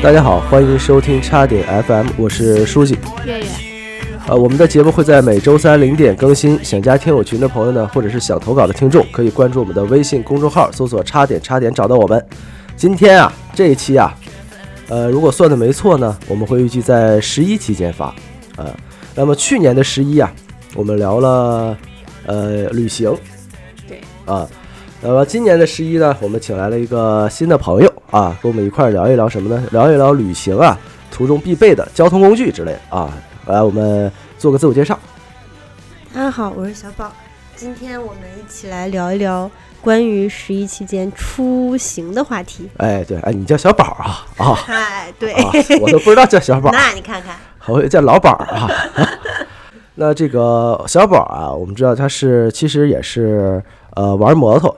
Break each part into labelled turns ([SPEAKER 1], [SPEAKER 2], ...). [SPEAKER 1] 大家好，欢迎收听叉点 FM，我是书记。
[SPEAKER 2] 月月，
[SPEAKER 1] 呃，我们的节目会在每周三零点更新。想加听友群的朋友呢，或者是想投稿的听众，可以关注我们的微信公众号，搜索“叉点叉点”找到我们。今天啊，这一期啊，呃，如果算的没错呢，我们会预计在十一期间发。呃，那么去年的十一啊，我们聊了呃旅行
[SPEAKER 2] 对，
[SPEAKER 1] 啊，那么今年的十一呢，我们请来了一个新的朋友啊，跟我们一块儿聊一聊什么呢？聊一聊旅行啊途中必备的交通工具之类的啊。来，我们做个自我介绍。
[SPEAKER 3] 大家好，我是小宝。今天我们一起来聊一聊关于十一期间出行的话题。
[SPEAKER 1] 哎，对，哎，你叫小宝啊 啊
[SPEAKER 3] 嗨，对，
[SPEAKER 1] 啊！我都不知道叫小宝，
[SPEAKER 3] 那你看看，
[SPEAKER 1] 我叫老宝啊。 那这个小宝啊，我们知道他是其实也是呃玩摩托，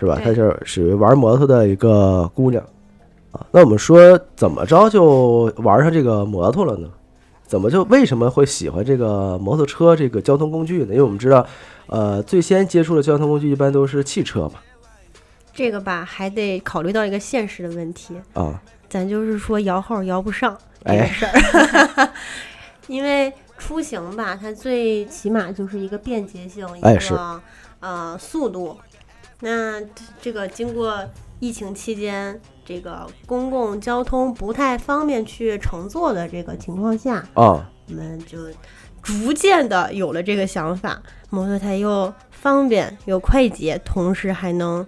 [SPEAKER 1] 是吧？
[SPEAKER 2] 对
[SPEAKER 1] 他是属于玩摩托的一个姑娘啊。那我们说怎么着就玩上这个摩托了呢？怎么就为什么会喜欢这个摩托车这个交通工具呢？因为我们知道，呃，最先接触的交通工具一般都是汽车嘛，
[SPEAKER 3] 这个吧还得考虑到一个现实的问题，
[SPEAKER 1] 啊，
[SPEAKER 3] 咱就是说摇号摇不上这个
[SPEAKER 1] 哎，
[SPEAKER 3] 事儿， 因为出行吧，它最起码就是一个便捷性，一个、
[SPEAKER 1] 哎是
[SPEAKER 3] 呃速度。那这个经过疫情期间，这个公共交通不太方便去乘坐的这个情况下，
[SPEAKER 1] 啊，
[SPEAKER 3] 我们就逐渐的有了这个想法，摩托它又方便又快捷，同时还能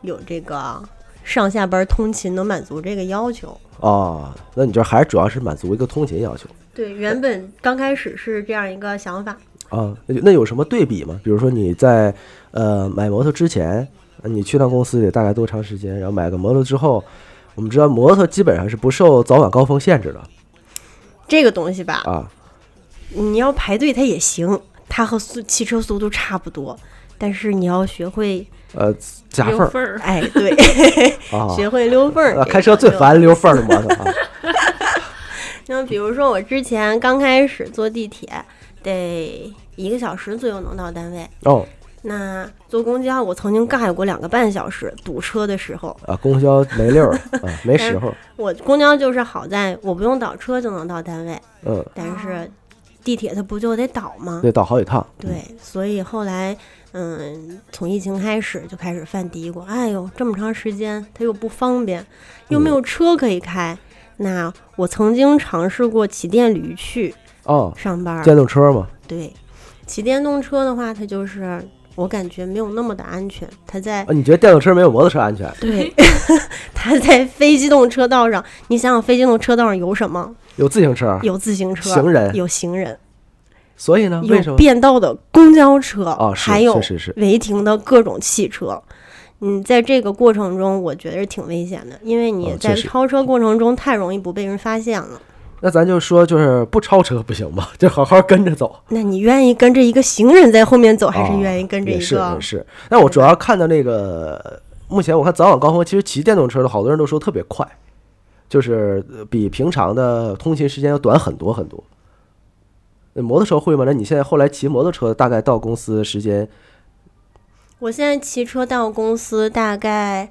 [SPEAKER 3] 有这个上下班通勤，能满足这个要求。
[SPEAKER 1] 哦，那你这还是主要是满足一个通勤要求
[SPEAKER 3] 对，原本刚开始是这样一个想法，
[SPEAKER 1] 啊？那就那有什么对比吗？比如说你在呃买摩托之前，你去趟公司得大概多长时间？然后买个摩托之后，我们知道摩托基本上是不受早晚高峰限制的
[SPEAKER 3] 这个东西吧，
[SPEAKER 1] 啊。
[SPEAKER 3] 你要排队它也行，它和速汽车速度差不多，但是你要 学会，
[SPEAKER 1] 呃，夹缝
[SPEAKER 2] 有
[SPEAKER 1] 儿
[SPEAKER 2] 份儿，
[SPEAKER 3] 哎，对，
[SPEAKER 1] 啊，
[SPEAKER 3] 学会溜缝儿、
[SPEAKER 1] 啊，开车最
[SPEAKER 3] 烦。
[SPEAKER 1] 烦溜缝儿的摩托啊。
[SPEAKER 3] 那比如说我之前刚开始坐地铁，得一个小时左右能到单位。
[SPEAKER 1] 哦，
[SPEAKER 3] 那坐公交，我曾经尬过两个半小时堵车的时候，
[SPEAKER 1] 啊，公交没溜儿啊，没时候，
[SPEAKER 3] 我公交就是好在我不用倒车就能到单位，
[SPEAKER 1] 嗯，
[SPEAKER 3] 但是地铁它不就得倒吗？
[SPEAKER 1] 得倒好几趟。嗯，
[SPEAKER 3] 对，所以后来，嗯，从疫情开始就开始犯嘀咕，哎呦，这么长时间，它又不方便，又没
[SPEAKER 1] 嗯
[SPEAKER 3] 有车可以开。那我曾经尝试过骑电驴去
[SPEAKER 1] 哦，
[SPEAKER 3] 上班，
[SPEAKER 1] 电动车嘛，
[SPEAKER 3] 对，骑电动车的话，它就是我感觉没有那么的安全，它在
[SPEAKER 1] 啊，你觉得电动车没有摩托车安全？
[SPEAKER 3] 对， 它在非机动车道上，你想想非机动车道上有什么？
[SPEAKER 1] 有自行车，
[SPEAKER 3] 有自行车，
[SPEAKER 1] 啊行人
[SPEAKER 3] 有行人，
[SPEAKER 1] 所以呢，为什
[SPEAKER 3] 有
[SPEAKER 1] 么？
[SPEAKER 3] 变道的公交车，
[SPEAKER 1] 哦是
[SPEAKER 3] 还有
[SPEAKER 1] 是是是
[SPEAKER 3] 违停的各种汽车。嗯，在这个过程中，我觉得是挺危险的，因为
[SPEAKER 1] 哦
[SPEAKER 3] 你
[SPEAKER 1] 确
[SPEAKER 3] 在
[SPEAKER 1] 实
[SPEAKER 3] 超车过程中太容易不被人发现了。
[SPEAKER 1] 那咱就说，就是不超车不行吗？ 就好好跟着走。啊
[SPEAKER 3] 那你愿意跟着一个行人在后面走，还是愿意跟着
[SPEAKER 1] 也
[SPEAKER 3] 一
[SPEAKER 1] 是
[SPEAKER 3] 个？
[SPEAKER 1] 也是。但我主要看到那个，目前我看早晚高峰，其实骑电动车的好多人都说特别快，就是呃比平常的通勤时间要短很多很多。那摩托车会吗？那你现在后来骑摩托车，大概到公司时间
[SPEAKER 3] 我现在骑车到公司大概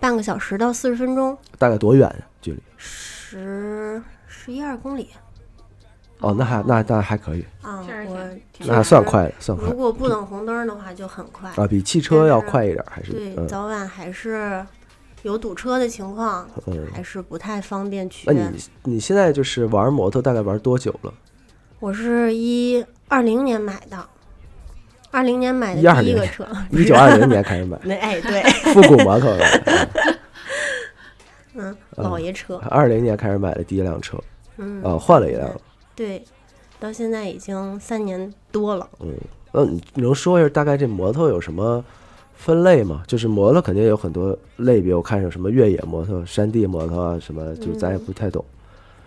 [SPEAKER 3] 半个小时到四十分钟，
[SPEAKER 1] 大概多远啊距离？
[SPEAKER 3] 十十一二公里
[SPEAKER 1] 哦，那还那那还可以，
[SPEAKER 3] 啊
[SPEAKER 2] 这儿。
[SPEAKER 3] 我
[SPEAKER 2] 挺
[SPEAKER 1] 那还算。快了，算快
[SPEAKER 3] 如果不等红灯的话，就很快。
[SPEAKER 1] 啊，比汽车要快一点，还是
[SPEAKER 3] 对，
[SPEAKER 1] 嗯
[SPEAKER 3] 早晚还是有堵车的情况，
[SPEAKER 1] 嗯。
[SPEAKER 3] 还是不太方便去
[SPEAKER 1] 那。你你现在就是玩摩托，大概玩多久了？
[SPEAKER 3] 我是一二零年买的，二零年买的
[SPEAKER 1] 120
[SPEAKER 3] 第一个车，
[SPEAKER 1] 一九二零年开始买
[SPEAKER 3] 那哎对，
[SPEAKER 1] 复古摩托了。嗯
[SPEAKER 3] 嗯， 老爷车，
[SPEAKER 1] 二零年开始买的第一辆车，
[SPEAKER 3] 嗯，
[SPEAKER 1] 啊，换了一辆。
[SPEAKER 3] 对，到现在已经三年多了。
[SPEAKER 1] 那嗯你能说一下大概这摩托有什么分类吗？就是摩托肯定有很多类别，我看有什么越野摩托、山地摩托啊，什么就咱也不太懂。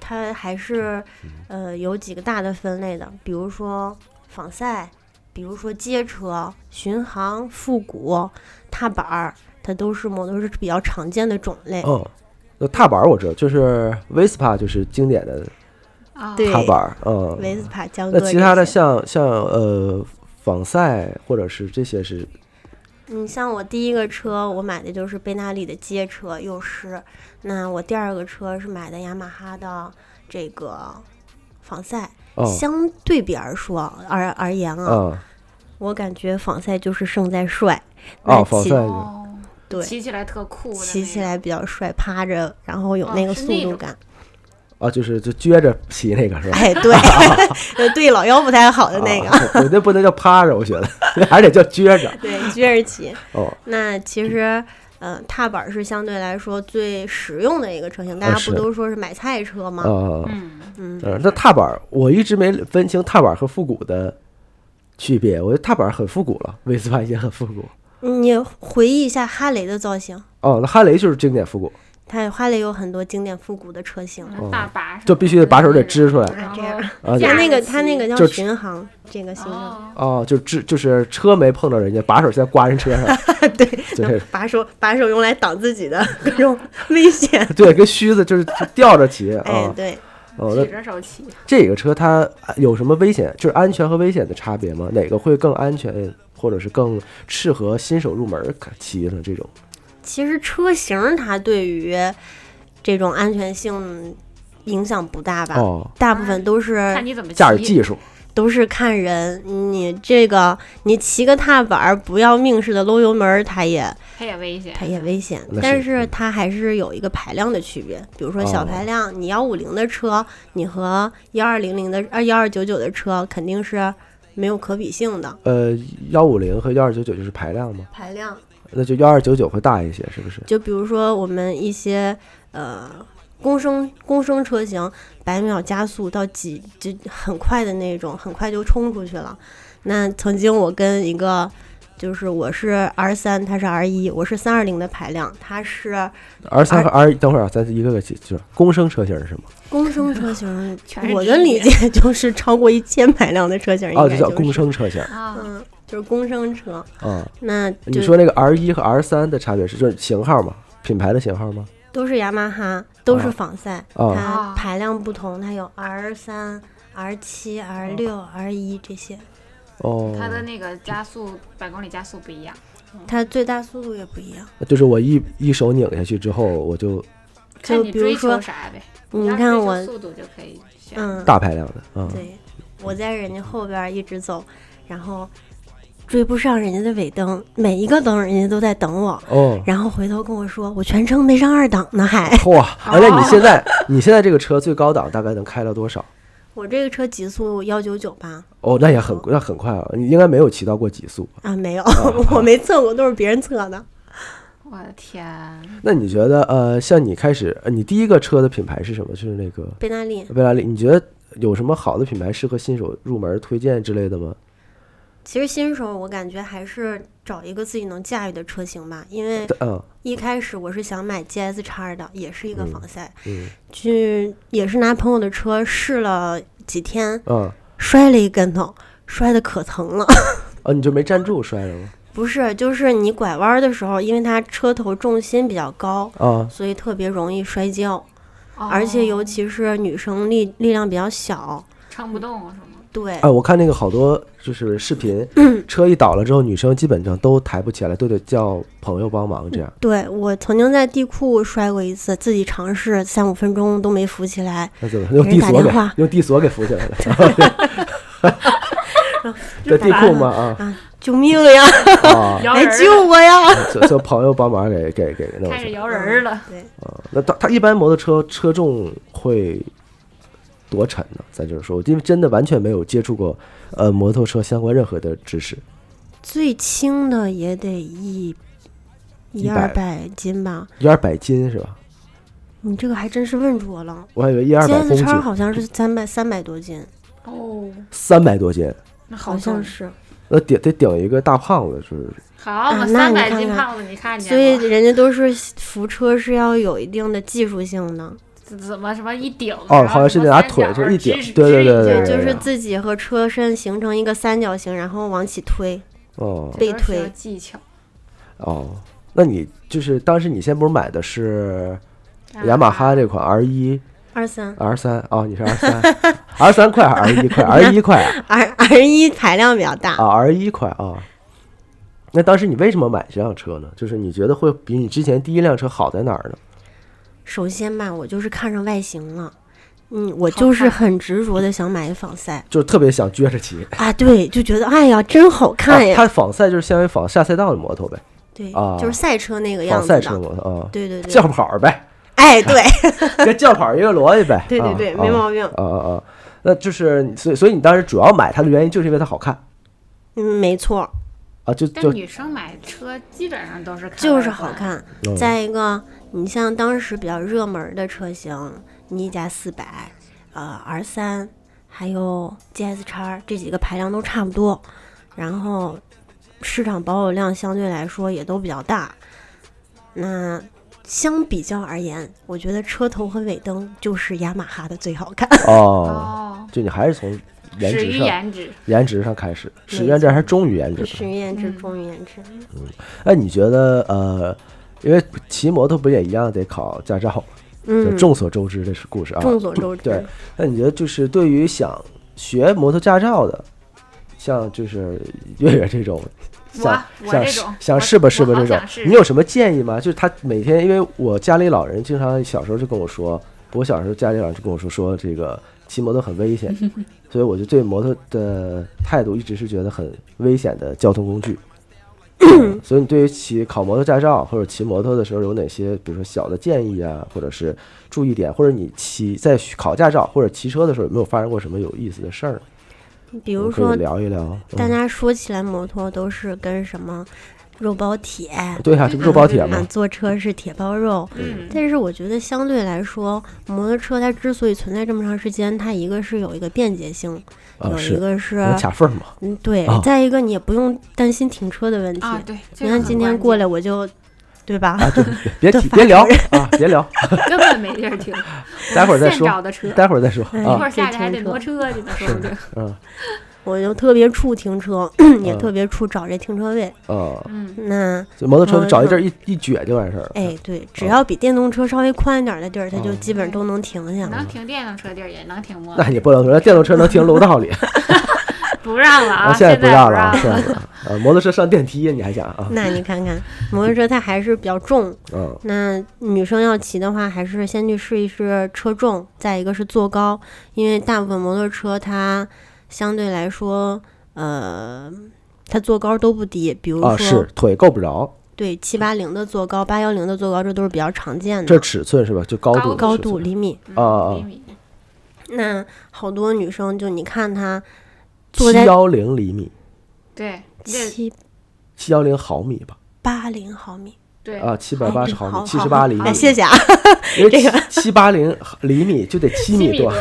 [SPEAKER 3] 它还是呃有几个大的分类的，比如说仿赛、比如说街车、巡航、复古、踏板儿，它都是摩托车比较常见的种类。
[SPEAKER 1] 嗯，那踏板儿我知道，就是 Vespa 就是经典的
[SPEAKER 2] 啊，
[SPEAKER 3] 对
[SPEAKER 1] 踏板儿，嗯。
[SPEAKER 3] 维斯帕、江
[SPEAKER 1] 那
[SPEAKER 3] 哥，
[SPEAKER 1] 其他的像像呃仿赛或者是这些是
[SPEAKER 3] 你像我第一个车，我买的就是贝纳利的街车幼狮。那我第二个车是买的雅马哈的这个仿赛。
[SPEAKER 1] 哦
[SPEAKER 3] 相对比而说而而言啊，
[SPEAKER 1] 啊
[SPEAKER 3] 我感觉仿赛就是胜在帅。
[SPEAKER 1] 哦
[SPEAKER 3] 那
[SPEAKER 1] 仿
[SPEAKER 3] 骑
[SPEAKER 1] 赛
[SPEAKER 2] 哦，
[SPEAKER 3] 对
[SPEAKER 2] 骑起来特酷的那个，
[SPEAKER 3] 骑起来比较帅，趴着，然后有
[SPEAKER 2] 哦
[SPEAKER 3] 那个
[SPEAKER 2] 是
[SPEAKER 3] 速
[SPEAKER 2] 那
[SPEAKER 3] 度
[SPEAKER 2] 种
[SPEAKER 3] 感。
[SPEAKER 1] 啊就是就撅着骑那个是吧？
[SPEAKER 3] 哎，对， 呃对 老腰不太好的那个，
[SPEAKER 1] 啊我我那不能叫趴着，我觉得 那还得叫撅着
[SPEAKER 3] 对撅着骑。
[SPEAKER 1] 哦。
[SPEAKER 3] 那其实，呃，踏板是相对来说最实用的一个车型。大
[SPEAKER 1] 呃
[SPEAKER 3] 家
[SPEAKER 1] 是
[SPEAKER 3] 不都说是买菜车吗？
[SPEAKER 1] 啊，
[SPEAKER 2] 嗯，
[SPEAKER 3] 嗯，
[SPEAKER 1] 嗯，那踏板儿我一直没分清踏板儿和复古的区别，我觉得踏板儿很复古了，维斯帕也很复古。
[SPEAKER 3] 你回忆一下哈雷的造型，
[SPEAKER 1] 哦，那哈雷就是经典复古，
[SPEAKER 3] 它有哈雷有很多经典复古的车型。
[SPEAKER 2] 那大把手
[SPEAKER 1] 哦就必须得把手得支出来
[SPEAKER 2] 然后
[SPEAKER 3] 这样
[SPEAKER 1] 啊。
[SPEAKER 2] 架
[SPEAKER 3] 它那个
[SPEAKER 2] 子
[SPEAKER 3] 它那个
[SPEAKER 1] 就
[SPEAKER 3] 叫
[SPEAKER 1] 是
[SPEAKER 3] 巡航这个形状，
[SPEAKER 2] 哦，
[SPEAKER 1] 哦，就支就是车没碰着人家，把手先刮人车 上，
[SPEAKER 3] 对，
[SPEAKER 1] 就
[SPEAKER 3] 能
[SPEAKER 1] 是
[SPEAKER 3] 把手把手用来挡自己的 各种危险。
[SPEAKER 1] 对，跟须子就是就吊着骑啊。
[SPEAKER 3] 哎，对，
[SPEAKER 1] 哦，那
[SPEAKER 2] 举着手骑，
[SPEAKER 1] 这个车它呃有什么危险？就是安全和危险的差别吗？哪个会更安全，或者是更适合新手入门儿骑呢？这种
[SPEAKER 3] 其实车型它对于这种安全性影响不大吧，
[SPEAKER 1] 哦，
[SPEAKER 3] 大部分都是
[SPEAKER 2] 看你怎么骑
[SPEAKER 1] 驾驶技术
[SPEAKER 3] 都是看人，你这个你骑个踏板儿不要命似的搂油门儿，它也
[SPEAKER 2] 它也危险
[SPEAKER 3] 它。也危险
[SPEAKER 1] 那是，嗯
[SPEAKER 3] 但是它还是有一个排量的区别。比如说
[SPEAKER 1] 哦
[SPEAKER 3] 小排量，你幺五零的车，你和幺二零零的二幺二九九的车肯定是没有可比性的。
[SPEAKER 1] 呃，幺五零和幺二九九就是排量吗？
[SPEAKER 3] 排量，
[SPEAKER 1] 那就幺二九九会大一些，是不是？
[SPEAKER 3] 就比如说我们一些呃公升公升车型，百秒加速到几就很快的那种，很快就冲出去了。那曾经我跟一个。就是我是 R 三，他是 R 一，我是三二零的排量，他是
[SPEAKER 1] R 三和 R 等会儿啊，咱一个个记，就是公升车型是吗？
[SPEAKER 3] 公升车型。
[SPEAKER 2] 全是
[SPEAKER 3] 我
[SPEAKER 2] 直
[SPEAKER 3] 的
[SPEAKER 2] 列
[SPEAKER 3] 理解 就是超过一千排量的车型，应
[SPEAKER 1] 哦，就
[SPEAKER 3] 该
[SPEAKER 1] 叫
[SPEAKER 3] 就是
[SPEAKER 1] 公，升车型啊、啊
[SPEAKER 2] 啊，
[SPEAKER 3] 嗯，就是公升车。那
[SPEAKER 1] 你
[SPEAKER 3] 就
[SPEAKER 1] 说那个 R 一和 R 三的差别是就是型号吗？品牌的型号吗？
[SPEAKER 3] 都是雅马哈，都
[SPEAKER 1] 啊
[SPEAKER 3] 是仿赛，
[SPEAKER 1] 啊
[SPEAKER 3] 它
[SPEAKER 2] 啊
[SPEAKER 3] 排量不同，它有 R 三、R 七、R
[SPEAKER 2] 哦
[SPEAKER 3] 六、R 一这些，
[SPEAKER 1] 哦，
[SPEAKER 2] 它的那个加速百公里加速不一样，
[SPEAKER 3] 它最大速度也不一样。
[SPEAKER 1] 就是我一一手拧下去之后，我就
[SPEAKER 2] 看
[SPEAKER 3] 就
[SPEAKER 2] 你
[SPEAKER 3] 比如
[SPEAKER 2] 追求
[SPEAKER 3] 说
[SPEAKER 2] 啥呗。
[SPEAKER 3] 你
[SPEAKER 2] 要是
[SPEAKER 3] 看
[SPEAKER 2] 追求
[SPEAKER 3] 我，
[SPEAKER 2] 速度就可以选。
[SPEAKER 3] 嗯，
[SPEAKER 1] 大排量的啊。
[SPEAKER 3] 对，我在人家后边儿一直走，然后追不上人家的尾灯，每一个灯人家都在等我，
[SPEAKER 1] 哦，
[SPEAKER 3] 然后回头跟我说我全程没上二档呢还。
[SPEAKER 1] 嚯！哎，那你现在你现在这个车最高档大概能开到多少？
[SPEAKER 3] 我这个车极速幺九九吧，
[SPEAKER 1] 哦，那也很那很快了，你应该没有骑到过极速。
[SPEAKER 3] 啊，没 有，我没测过，都是别人测的。
[SPEAKER 2] 我的天，
[SPEAKER 1] 那你觉得呃，像你开始，呃你第一个车的品牌是什么？是那个
[SPEAKER 3] 贝纳利，
[SPEAKER 1] 贝拉利，你觉得有什么好的品牌适合新手入门推荐之类的吗？
[SPEAKER 3] 其实新手我感觉还是找一个自己能驾驭的车型吧，因为
[SPEAKER 1] 嗯
[SPEAKER 3] 一开始我是想买 GS 叉的，也是一个仿赛，
[SPEAKER 1] 嗯
[SPEAKER 3] 去也是拿朋友的车试了几天，
[SPEAKER 1] 嗯，
[SPEAKER 3] 摔了一跟头，摔的可疼了。
[SPEAKER 1] 啊，你就没站住摔了吗？
[SPEAKER 3] 不是，就是你拐弯的时候，因为它车头重心比较高，
[SPEAKER 1] 啊，
[SPEAKER 3] 所以特别容易摔跤，
[SPEAKER 2] 哦
[SPEAKER 3] 而且尤其是女生力力量比较小，
[SPEAKER 2] 撑不动是吗？
[SPEAKER 3] 对
[SPEAKER 1] 哎，我看那个好多就是视频，车一倒了之后，女生基本上都抬不起来，都得叫朋友帮忙这样。
[SPEAKER 3] 对，我曾经在地库摔过一次，自己尝试三五分钟都没扶起来，
[SPEAKER 1] 那怎么用
[SPEAKER 3] 给
[SPEAKER 1] 地
[SPEAKER 3] 人打
[SPEAKER 1] 锁给
[SPEAKER 3] 电话
[SPEAKER 1] 用地锁给扶起 来了？
[SPEAKER 3] 就
[SPEAKER 1] 在地
[SPEAKER 3] 打
[SPEAKER 1] 库
[SPEAKER 3] 了
[SPEAKER 1] 吗？啊
[SPEAKER 3] 啊，救命 呀！
[SPEAKER 1] 啊，
[SPEAKER 2] 摇
[SPEAKER 3] 来
[SPEAKER 2] 人儿
[SPEAKER 3] 救我呀！
[SPEAKER 1] 就就朋友帮忙给给给弄
[SPEAKER 2] 开始
[SPEAKER 1] 去。
[SPEAKER 2] 摇人儿了，
[SPEAKER 3] 嗯对，
[SPEAKER 1] 那它它一般摩托车车重会多沉呢？咱就是说，因为真的完全没有接触过呃摩托车相关任何的知识。
[SPEAKER 3] 最轻的也得一一
[SPEAKER 1] 100
[SPEAKER 3] 二百斤吧。
[SPEAKER 1] 一二百斤是吧？
[SPEAKER 3] 你这个还真是问住我了。
[SPEAKER 1] 我还以为一二百公
[SPEAKER 3] GS
[SPEAKER 1] 斤，
[SPEAKER 3] 叉好像是三百三百多斤，
[SPEAKER 1] 嗯
[SPEAKER 2] 哦，
[SPEAKER 1] 三百多斤，
[SPEAKER 2] 那好
[SPEAKER 3] 好像
[SPEAKER 2] 重
[SPEAKER 3] 是，
[SPEAKER 1] 那顶得顶一个大胖子，是不是？
[SPEAKER 2] 好嘛，
[SPEAKER 3] 啊那
[SPEAKER 2] 三
[SPEAKER 3] 你
[SPEAKER 2] 百
[SPEAKER 3] 看
[SPEAKER 2] 斤
[SPEAKER 3] 看
[SPEAKER 2] 胖子你看见
[SPEAKER 3] 所以
[SPEAKER 2] 了吗？
[SPEAKER 3] 人家都是扶车是要有一定的技术性的。
[SPEAKER 2] 怎么什么一顶？
[SPEAKER 1] 哦好像是拿腿
[SPEAKER 2] 这
[SPEAKER 1] 这一顶对对对对
[SPEAKER 3] 对，就
[SPEAKER 1] 对
[SPEAKER 3] 是自己和车身形成一个三角形，然后往起推。
[SPEAKER 1] 哦
[SPEAKER 3] 背推
[SPEAKER 2] 技巧。
[SPEAKER 1] 哦，那你就是当时你先不是买的是雅马
[SPEAKER 2] 啊
[SPEAKER 1] 哈这款 R 一
[SPEAKER 3] 二三
[SPEAKER 1] R 三哦，你是 R 三 R 三快还是 R 一快？R 一快啊
[SPEAKER 3] 二二一排量比较大，
[SPEAKER 1] 啊，R 一快啊。那当时你为什么买这辆车呢？就是你觉得会比你之前第一辆车好在哪儿呢？
[SPEAKER 3] 首先吧，我就是看上外形了，嗯，我
[SPEAKER 2] 好
[SPEAKER 3] 就是
[SPEAKER 2] 看
[SPEAKER 3] 很执着的想买一仿赛
[SPEAKER 1] 就是特别想撅着骑。
[SPEAKER 3] 啊，对，就觉得哎呀，真好看
[SPEAKER 1] 啊
[SPEAKER 3] 呀，
[SPEAKER 1] 它仿赛就是相当于仿下赛道的摩托呗，
[SPEAKER 3] 对，
[SPEAKER 1] 啊
[SPEAKER 3] 就是赛车那个样
[SPEAKER 1] 仿
[SPEAKER 3] 子
[SPEAKER 1] 赛车
[SPEAKER 3] 的，
[SPEAKER 1] 摩托啊，
[SPEAKER 3] 对对对，
[SPEAKER 1] 轿跑儿呗，
[SPEAKER 3] 哎，对，
[SPEAKER 1] 跟轿跑儿一个逻辑呗。
[SPEAKER 3] 对对对，没毛
[SPEAKER 1] 病。
[SPEAKER 3] 病，
[SPEAKER 1] 啊啊啊！那就是你所以所以你当时主要买它的原因就是因为它好看
[SPEAKER 3] 嗯，没错儿，
[SPEAKER 1] 啊，就
[SPEAKER 2] 但
[SPEAKER 1] 就
[SPEAKER 2] 女生买车基本上都是看
[SPEAKER 3] 就是
[SPEAKER 2] 外观
[SPEAKER 3] 好。看。
[SPEAKER 1] 嗯
[SPEAKER 3] 再一个，你像当时比较热门的车型，你加四百，呃，R 三，还有 GS 叉这几个排量都差不多，然后市场保有量相对来说也都比较大。那相比较而言，我觉得车头和尾灯就是雅马哈的最好看。
[SPEAKER 1] 哦，
[SPEAKER 2] 哦，
[SPEAKER 1] 就你还是从颜
[SPEAKER 2] 始
[SPEAKER 1] 值
[SPEAKER 2] 于
[SPEAKER 1] 上
[SPEAKER 2] 颜值，
[SPEAKER 1] 颜值上开始，始
[SPEAKER 3] 啊没
[SPEAKER 1] 于颜值
[SPEAKER 3] 错
[SPEAKER 1] 还是忠于 颜值
[SPEAKER 3] 始于颜值，
[SPEAKER 2] 嗯
[SPEAKER 3] 忠于颜值。
[SPEAKER 1] 哎，你觉得呃，因为骑摩托不也一样得考驾照吗？就
[SPEAKER 3] 嗯，
[SPEAKER 1] 众所周知这是故事啊。
[SPEAKER 3] 众所周知。
[SPEAKER 1] 对，那你觉得就是对于想学摩托驾照的，像就是月月这种，
[SPEAKER 2] 我
[SPEAKER 1] 想
[SPEAKER 2] 我
[SPEAKER 1] 想
[SPEAKER 2] 这
[SPEAKER 1] 试
[SPEAKER 2] 种
[SPEAKER 1] 想
[SPEAKER 2] 我
[SPEAKER 1] 试吧试吧
[SPEAKER 2] 我好
[SPEAKER 1] 这种
[SPEAKER 2] 想，试
[SPEAKER 1] 你有什么建议吗？就是他每天，因为我家里老人经常小时候就跟我说，我小时候家里老人就跟我说说这个骑摩托很危 险，所以我就对摩托的态度一直是觉得很危险的交通工具。 嗯所以你对于骑考摩托驾照或者骑摩托的时候有哪些，比如说小的建议啊，或者是注意点，或者你骑在学考驾照或者骑车的时候有没有发生过什么有意思的事儿？
[SPEAKER 3] 比
[SPEAKER 1] 我
[SPEAKER 3] 如
[SPEAKER 1] 们可
[SPEAKER 3] 说
[SPEAKER 1] 以聊一聊。
[SPEAKER 3] 大
[SPEAKER 1] 嗯、
[SPEAKER 3] 家说起来摩托都是跟什么肉包铁，
[SPEAKER 1] 嗯对呀、这不肉包铁
[SPEAKER 3] 啊
[SPEAKER 1] 吗？，
[SPEAKER 3] 坐车是铁包肉。
[SPEAKER 2] 嗯，
[SPEAKER 3] 但是我觉得相对来说，摩托车它之所以存在这么长时间，它一个是有一个便捷性，
[SPEAKER 1] 啊，
[SPEAKER 3] 有一
[SPEAKER 1] 是
[SPEAKER 3] 个是
[SPEAKER 1] 能卡缝儿嘛。
[SPEAKER 3] 嗯对，
[SPEAKER 1] 啊
[SPEAKER 3] 再一个你也不用担心停车的问题。
[SPEAKER 2] 啊，对，这
[SPEAKER 3] 你
[SPEAKER 2] 个
[SPEAKER 3] 看
[SPEAKER 2] 很
[SPEAKER 3] 今天
[SPEAKER 2] 关
[SPEAKER 3] 过
[SPEAKER 2] 键
[SPEAKER 3] 来我就，对吧？
[SPEAKER 1] 啊， 对，别
[SPEAKER 3] 就
[SPEAKER 1] 提
[SPEAKER 3] 发
[SPEAKER 1] 别聊啊，别聊，
[SPEAKER 2] 根本没地 儿停，
[SPEAKER 1] 待会儿再
[SPEAKER 2] 现找
[SPEAKER 1] 说，
[SPEAKER 2] 的车，一
[SPEAKER 1] 待会儿再说
[SPEAKER 3] 哎
[SPEAKER 2] 会
[SPEAKER 1] 啊，
[SPEAKER 2] 儿下去还
[SPEAKER 3] 自
[SPEAKER 2] 得
[SPEAKER 3] 行
[SPEAKER 2] 挪车去呢，说不定。
[SPEAKER 1] 嗯
[SPEAKER 3] 我就特别怵停车，也
[SPEAKER 1] 嗯
[SPEAKER 3] 特别怵找这停车位。
[SPEAKER 1] 啊，
[SPEAKER 2] 嗯，
[SPEAKER 3] 那
[SPEAKER 1] 就摩托车找一阵儿一一撅就完事儿了。
[SPEAKER 3] 嗯哎，对，只
[SPEAKER 1] 嗯
[SPEAKER 3] 要比电动车稍微宽一点的地儿，它就
[SPEAKER 1] 嗯
[SPEAKER 3] 基本上都能停下。
[SPEAKER 2] 能停电动车地儿也能停摩 托
[SPEAKER 1] 那，你不能说电动车能停楼道里，
[SPEAKER 2] 不让了
[SPEAKER 1] 啊，
[SPEAKER 2] 啊，
[SPEAKER 1] 现在
[SPEAKER 2] 在
[SPEAKER 1] 不让了啊，现在不 让了啊，摩托车上电梯，你还想啊？
[SPEAKER 3] 那你看看，摩托车它还是比较重。
[SPEAKER 1] 嗯，
[SPEAKER 3] 那女生要骑的话，还是先去试一试车重，再一个是坐高，因为大部分摩托车它相对来说，呃，它坐高都不低。比如说，
[SPEAKER 1] 啊，是腿够不着，
[SPEAKER 3] 对七八零的坐高、八幺零的坐高，这都是比较常见
[SPEAKER 1] 这
[SPEAKER 3] 的
[SPEAKER 1] 尺寸是吧？就高度的
[SPEAKER 3] 嗯高
[SPEAKER 1] 尺
[SPEAKER 3] 度
[SPEAKER 1] 寸
[SPEAKER 3] 厘米。
[SPEAKER 2] 嗯
[SPEAKER 1] 啊啊啊
[SPEAKER 2] 厘米
[SPEAKER 3] 那好多女生就你看她坐
[SPEAKER 1] 七
[SPEAKER 3] 在
[SPEAKER 1] 幺零厘米，
[SPEAKER 2] 对，
[SPEAKER 1] 啊
[SPEAKER 2] 这
[SPEAKER 3] 七
[SPEAKER 1] 七幺零毫米吧，
[SPEAKER 3] 八零毫米，
[SPEAKER 2] 对
[SPEAKER 1] 啊，七百八十
[SPEAKER 3] 哎
[SPEAKER 1] 毫
[SPEAKER 3] 好
[SPEAKER 1] 米，七十八厘米
[SPEAKER 3] 哎，，谢谢啊。
[SPEAKER 1] 因为
[SPEAKER 3] 这个
[SPEAKER 1] 七八零厘米就得七米多，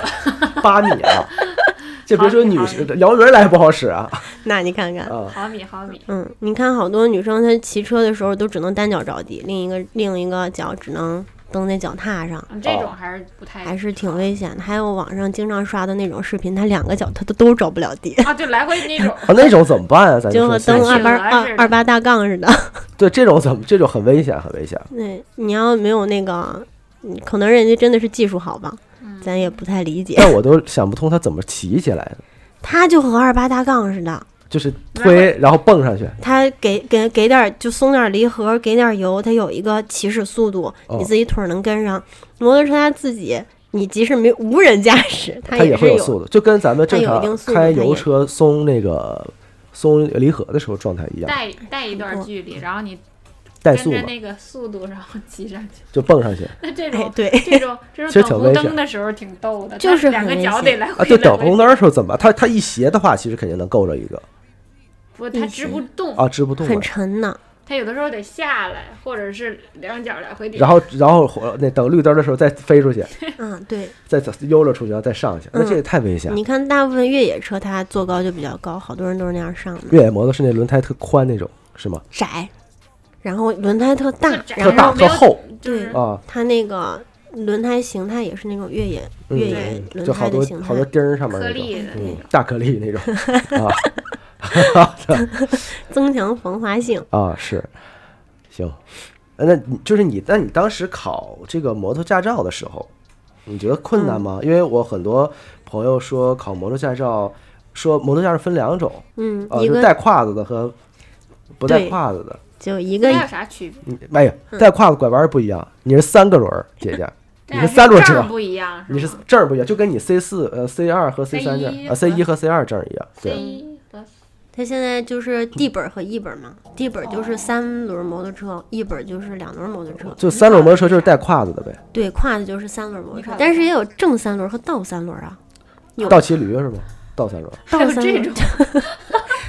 [SPEAKER 1] 八米啊， 这别说女生摇轮来也不好使啊
[SPEAKER 3] 那你看看，
[SPEAKER 1] 啊，
[SPEAKER 2] 毫米毫米，
[SPEAKER 3] 嗯，你看好多女生她骑车的时候都只能单脚着地，另一个另一个脚只能蹬在脚踏上，
[SPEAKER 2] 嗯这
[SPEAKER 1] 啊
[SPEAKER 2] 种还是不太
[SPEAKER 3] 还是挺危险的。还有网上经常刷的那种视频，她两个脚她都都着不了地，
[SPEAKER 2] 啊，就来回那种
[SPEAKER 1] 啊那种怎么办啊？咱
[SPEAKER 3] 就
[SPEAKER 1] 说
[SPEAKER 3] 和
[SPEAKER 1] 现
[SPEAKER 3] 蹬
[SPEAKER 1] 在
[SPEAKER 3] 二八
[SPEAKER 2] 挺难
[SPEAKER 3] 二
[SPEAKER 2] 似的
[SPEAKER 3] 二八大杠似的。
[SPEAKER 1] 对，这种怎么这种很危险，很危险。
[SPEAKER 3] 对，你要没有那个，嗯可能人家真的是技术好吧，
[SPEAKER 2] 嗯
[SPEAKER 3] 咱也不太理解。
[SPEAKER 1] 但我都想不通它怎么骑起来的，
[SPEAKER 3] 她就和二八大杠似的，
[SPEAKER 1] 就是推然后蹦上去。
[SPEAKER 3] 她给给给点儿就松点儿离合，给点儿油，它有一个起始速度，
[SPEAKER 1] 哦
[SPEAKER 3] 你自己腿儿能跟上。摩托车它自己，你即使没无人驾驶，它
[SPEAKER 1] 它也
[SPEAKER 3] 是
[SPEAKER 1] 会有速度，就跟咱们正
[SPEAKER 3] 它有一定
[SPEAKER 1] 常
[SPEAKER 3] 速度
[SPEAKER 1] 开
[SPEAKER 3] 它
[SPEAKER 1] 油
[SPEAKER 3] 也
[SPEAKER 1] 车松那个松离合的时候状态一样，
[SPEAKER 2] 带带一
[SPEAKER 3] 嗯
[SPEAKER 2] 段距离，然后你
[SPEAKER 1] 怠
[SPEAKER 2] 跟
[SPEAKER 1] 速
[SPEAKER 2] 着
[SPEAKER 1] 嘛，
[SPEAKER 2] 那个速度，然后骑上去。
[SPEAKER 1] 就蹦上去
[SPEAKER 2] 那这
[SPEAKER 3] 哎
[SPEAKER 2] 种，
[SPEAKER 3] 对，
[SPEAKER 2] 这种这
[SPEAKER 1] 其实
[SPEAKER 2] 种
[SPEAKER 1] 挺
[SPEAKER 2] 等
[SPEAKER 1] 危
[SPEAKER 2] 红
[SPEAKER 1] 险
[SPEAKER 2] 灯的时候挺逗的，
[SPEAKER 3] 就
[SPEAKER 2] 但
[SPEAKER 3] 是
[SPEAKER 2] 两
[SPEAKER 3] 很
[SPEAKER 2] 个
[SPEAKER 3] 危
[SPEAKER 2] 脚
[SPEAKER 3] 险
[SPEAKER 2] 得来回
[SPEAKER 1] 啊。对，
[SPEAKER 2] 来
[SPEAKER 1] 等
[SPEAKER 2] 回
[SPEAKER 1] 红灯的时候怎么？它它一斜的话，其实肯定能够着一个
[SPEAKER 3] 嗯
[SPEAKER 2] 不，它支不动，
[SPEAKER 1] 啊，支不动
[SPEAKER 3] 很
[SPEAKER 1] 了。
[SPEAKER 3] 沉呢。
[SPEAKER 2] 它有的时候得下来，或者是两脚来回顶。
[SPEAKER 1] 然后然后火那等绿灯的时候再飞出去，
[SPEAKER 3] 嗯，对，
[SPEAKER 1] 再走悠了出去，然后再上去，那这
[SPEAKER 3] 嗯
[SPEAKER 1] 也太危险了。
[SPEAKER 3] 你看大部分越野车它坐高就比较高，好多人都是那样上的，
[SPEAKER 1] 越野摩托是那轮胎特宽那种，是吗？
[SPEAKER 3] 窄，然后轮胎特大
[SPEAKER 2] 特，窄
[SPEAKER 3] 然
[SPEAKER 1] 特
[SPEAKER 3] 后
[SPEAKER 1] 大
[SPEAKER 2] 没
[SPEAKER 1] 特
[SPEAKER 2] 有
[SPEAKER 1] 厚
[SPEAKER 2] 就是
[SPEAKER 3] 对
[SPEAKER 1] 啊，
[SPEAKER 3] 它那个轮胎形态也是那种越野越野
[SPEAKER 1] 嗯，
[SPEAKER 3] 轮
[SPEAKER 1] 就好
[SPEAKER 3] 胎
[SPEAKER 1] 多
[SPEAKER 3] 的形
[SPEAKER 1] 好
[SPEAKER 3] 态
[SPEAKER 1] 多，钉儿上面
[SPEAKER 2] 颗
[SPEAKER 1] 那种，
[SPEAKER 2] 粒的
[SPEAKER 1] 嗯
[SPEAKER 2] 那种，，
[SPEAKER 1] 大颗粒 那种啊
[SPEAKER 3] 增强防滑性。
[SPEAKER 1] 啊是，行，呃那你就是你，那你当时考这个摩托驾照的时候，你觉得困
[SPEAKER 3] 嗯
[SPEAKER 1] 难吗？因为我很多朋友说考摩托驾照，说摩托驾照分两种，
[SPEAKER 3] 嗯，
[SPEAKER 1] 啊，
[SPEAKER 3] 一
[SPEAKER 1] 就
[SPEAKER 3] 个
[SPEAKER 1] 带胯子的和不带
[SPEAKER 3] 对
[SPEAKER 1] 胯子的。
[SPEAKER 3] 就一
[SPEAKER 2] 那
[SPEAKER 3] 个
[SPEAKER 2] 有啥区别？
[SPEAKER 1] 你哎呀，
[SPEAKER 3] 嗯
[SPEAKER 1] 带胯子拐弯儿不一样，你是三个轮儿，姐姐，你
[SPEAKER 2] 这
[SPEAKER 1] 是三轮
[SPEAKER 2] 证
[SPEAKER 1] 车
[SPEAKER 2] 儿，不一样，
[SPEAKER 1] 你是
[SPEAKER 3] 嗯
[SPEAKER 2] 吗
[SPEAKER 1] 证儿不一样，就跟你 C 四呃 C 二和 C 三证
[SPEAKER 2] C1
[SPEAKER 1] 啊 C 一和 C 二证儿一样，
[SPEAKER 2] C
[SPEAKER 1] 对，
[SPEAKER 2] 一和
[SPEAKER 3] 它现在就是地本儿和一本儿嘛，地本儿就是三轮摩托车，一本儿就是两轮摩托车。
[SPEAKER 1] 哦就三轮摩托车就是带胯子的呗，
[SPEAKER 3] 对，跨的就是三轮摩托
[SPEAKER 2] 你
[SPEAKER 3] 车
[SPEAKER 2] 看，
[SPEAKER 3] 但是也有正三轮和倒三轮啊。有
[SPEAKER 1] 倒骑驴是吗？倒三轮，
[SPEAKER 2] 还
[SPEAKER 3] 倒
[SPEAKER 2] 有
[SPEAKER 3] 三
[SPEAKER 2] 这
[SPEAKER 3] 轮
[SPEAKER 2] 种，，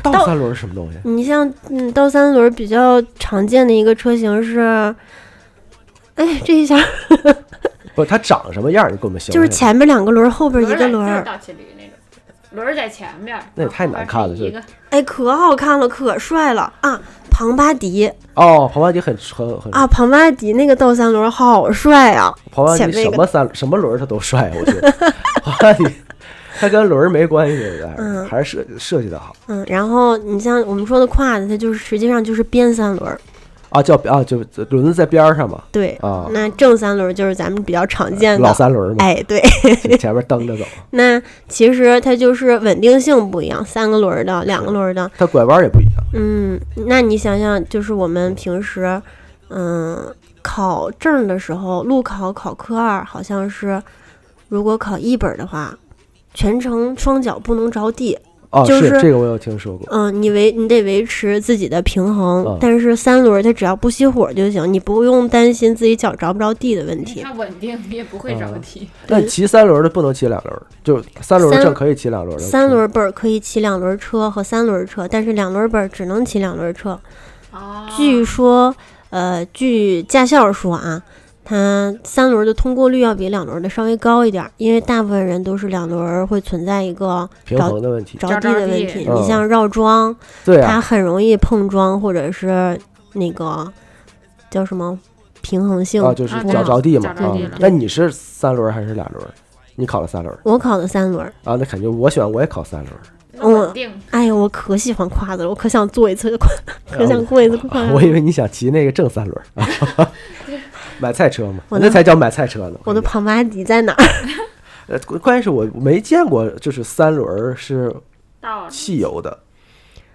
[SPEAKER 1] 倒
[SPEAKER 3] 倒
[SPEAKER 1] 三轮是什么东西？
[SPEAKER 3] 你像嗯，倒三轮比较常见的一个车型是，哎，这一下
[SPEAKER 1] 不是它长什么样儿？你给我们形
[SPEAKER 3] 就
[SPEAKER 1] 容一
[SPEAKER 3] 是
[SPEAKER 1] 下。
[SPEAKER 3] 前面两个轮儿，后边
[SPEAKER 2] 轮
[SPEAKER 3] 一
[SPEAKER 2] 儿
[SPEAKER 3] 个
[SPEAKER 2] 在
[SPEAKER 3] 轮
[SPEAKER 2] 就是
[SPEAKER 3] 儿，
[SPEAKER 2] 倒骑驴那种，轮儿在前边儿，
[SPEAKER 1] 那也
[SPEAKER 2] 然后
[SPEAKER 1] 太
[SPEAKER 2] 后
[SPEAKER 1] 难
[SPEAKER 2] 边
[SPEAKER 1] 看
[SPEAKER 2] 是
[SPEAKER 1] 了
[SPEAKER 2] 一个
[SPEAKER 3] 哎，可好看了，可帅了啊！庞巴迪
[SPEAKER 1] 哦，庞巴迪很很很，
[SPEAKER 3] 啊，庞巴迪那个倒三轮好帅啊！
[SPEAKER 1] 庞巴迪
[SPEAKER 3] 前面
[SPEAKER 1] 什
[SPEAKER 3] 一个
[SPEAKER 1] 么三什么轮儿它都帅，我 觉得庞巴迪它跟轮儿没关系，我觉得
[SPEAKER 3] 嗯
[SPEAKER 1] 还是设设计的好
[SPEAKER 3] 嗯，然后你像我们说的跨的，它就是实际上就是边三轮儿，
[SPEAKER 1] 啊，叫啊就轮子在边儿上嘛，
[SPEAKER 3] 对。
[SPEAKER 1] 啊
[SPEAKER 3] 那正三轮儿就是咱们比较常见
[SPEAKER 1] 老
[SPEAKER 3] 的，
[SPEAKER 1] 三轮儿嘛，
[SPEAKER 3] 哎，对。
[SPEAKER 1] 前面蹬着走，
[SPEAKER 3] 那其实它就是稳定性不一样，三个轮儿的，两个轮儿的。
[SPEAKER 1] 它拐弯儿也不一样。
[SPEAKER 3] 嗯，那你想想，就是我们平时，嗯，考证的时候，路考考科二好像是，如果考一本儿的话，全程双脚不能着地。
[SPEAKER 1] 哦，
[SPEAKER 3] 就是是
[SPEAKER 1] 这个我有听说过。
[SPEAKER 3] 嗯，你维你得维持自己的平衡，
[SPEAKER 1] 嗯
[SPEAKER 3] 但是三轮儿它只要不熄火就行，你不用担心自己脚着不着地的问题。
[SPEAKER 2] 它稳定，你也不会
[SPEAKER 1] 嗯
[SPEAKER 2] 着地。
[SPEAKER 1] 但骑三轮的不能骑两轮，就三轮
[SPEAKER 3] 三
[SPEAKER 1] 证可以骑两轮的。
[SPEAKER 3] 三轮本儿可以骑两轮车和三轮车，但是两轮本儿只能骑两轮车。
[SPEAKER 2] 哦，
[SPEAKER 3] 据说，呃，据驾校说啊，它三轮的通过率要比两轮的稍微高一点儿，因为大部分人都是两轮儿会存在一个
[SPEAKER 1] 平衡的问题。
[SPEAKER 3] 着地的问
[SPEAKER 2] 着
[SPEAKER 3] 题。
[SPEAKER 1] 地
[SPEAKER 3] 你像绕桩，
[SPEAKER 1] 对
[SPEAKER 3] 它
[SPEAKER 1] 啊，
[SPEAKER 3] 很容易碰撞，或者是那个叫什么平衡性。
[SPEAKER 1] 啊就是
[SPEAKER 2] 啊
[SPEAKER 1] 脚
[SPEAKER 2] 对
[SPEAKER 1] 着地嘛
[SPEAKER 2] 脚着
[SPEAKER 1] 啊
[SPEAKER 2] 地了。
[SPEAKER 1] 那你是三轮还是两轮？你考了三轮
[SPEAKER 3] 我考的三轮儿，
[SPEAKER 1] 啊？那肯定，我选我也考三轮。
[SPEAKER 2] 那稳定，
[SPEAKER 3] 哎呀，我可喜欢胯子了，我可想坐一次胯，可想
[SPEAKER 1] 啊
[SPEAKER 3] 过一次胯
[SPEAKER 1] 我以为你想骑那个正三轮， 买菜车嘛，
[SPEAKER 3] 我
[SPEAKER 1] 那
[SPEAKER 3] 的
[SPEAKER 1] 才叫买菜车呢。
[SPEAKER 3] 我的庞巴迪在哪儿？
[SPEAKER 1] 呃，关键是我没见过，就是三轮是
[SPEAKER 2] 到
[SPEAKER 3] 嗯
[SPEAKER 2] 了
[SPEAKER 1] 汽油的。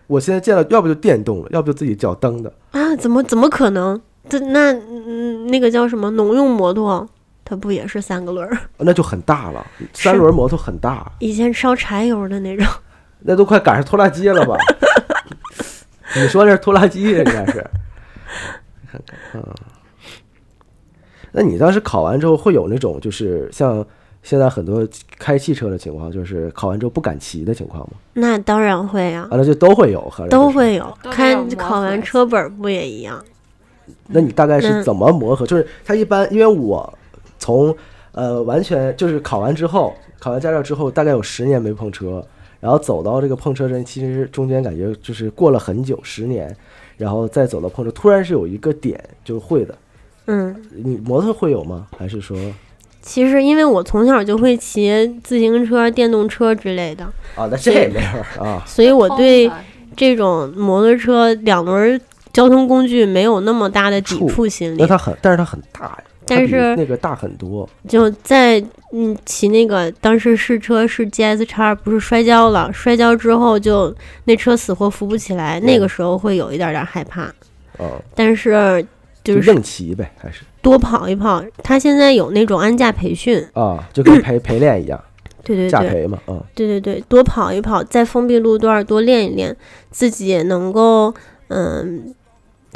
[SPEAKER 1] 我现在见了，要不就电动了，要不就自己脚蹬的。
[SPEAKER 3] 啊，怎么怎么可能？这那嗯，那个叫什么农用摩托，它不也是三个轮儿？
[SPEAKER 1] 那就很大了，三
[SPEAKER 3] 是
[SPEAKER 1] 轮摩托很大，
[SPEAKER 3] 以前烧柴油的那种，
[SPEAKER 1] 那都快赶上拖拉机了吧？ 你说这是拖拉机，人家是。看看，嗯，那你当时考完之后会有那种就是像现在很多开汽车的情况，就是考完之后不敢骑的情况吗？
[SPEAKER 3] 那当然会啊
[SPEAKER 1] 啊，，那就都会有，合着
[SPEAKER 3] 都
[SPEAKER 1] 就是。
[SPEAKER 3] 会有。
[SPEAKER 2] 都得有
[SPEAKER 3] 看
[SPEAKER 2] 磨
[SPEAKER 3] 考完
[SPEAKER 2] 合
[SPEAKER 3] 车本儿不也一样？
[SPEAKER 1] 那你大概是
[SPEAKER 3] 嗯
[SPEAKER 1] 怎么磨合？就是他一般，因为我从呃完全就是考完之后，考完驾照之后，大概有十年没碰车，然后走到这个碰车这，其实中间感觉就是过了很久，十年，然后再走到碰车，突然是有一个点就会的。
[SPEAKER 3] 嗯，
[SPEAKER 1] 你摩托会有吗？还是说
[SPEAKER 3] 其实因为我从小就会骑自行车、电动车之类的，
[SPEAKER 1] 啊？那这也没有 啊
[SPEAKER 3] 所以我对
[SPEAKER 2] 通了
[SPEAKER 3] 这种摩托车两轮儿交通工具没有那么大的抵
[SPEAKER 1] 触
[SPEAKER 3] 触心
[SPEAKER 1] 那
[SPEAKER 3] 理。
[SPEAKER 1] 它很，但是它很大呀，它
[SPEAKER 3] 但
[SPEAKER 1] 比
[SPEAKER 3] 是
[SPEAKER 1] 那个大很多。
[SPEAKER 3] 就在嗯骑那个当时试车试 GS 叉，不是摔跤了，摔跤之后就那车死活扶不起来，那个时候会有一点儿点儿害怕，
[SPEAKER 1] 嗯，
[SPEAKER 3] 但是
[SPEAKER 1] 就
[SPEAKER 3] 就是
[SPEAKER 1] 硬骑呗，还是
[SPEAKER 3] 多跑一跑。他现在有那种安驾培训，
[SPEAKER 1] 啊，就跟陪陪练一样，
[SPEAKER 3] 对对
[SPEAKER 1] 驾
[SPEAKER 3] 对，
[SPEAKER 1] 陪嘛，嗯，
[SPEAKER 3] 对对对，多跑一跑，在封闭路段多练一练，自己也能够嗯，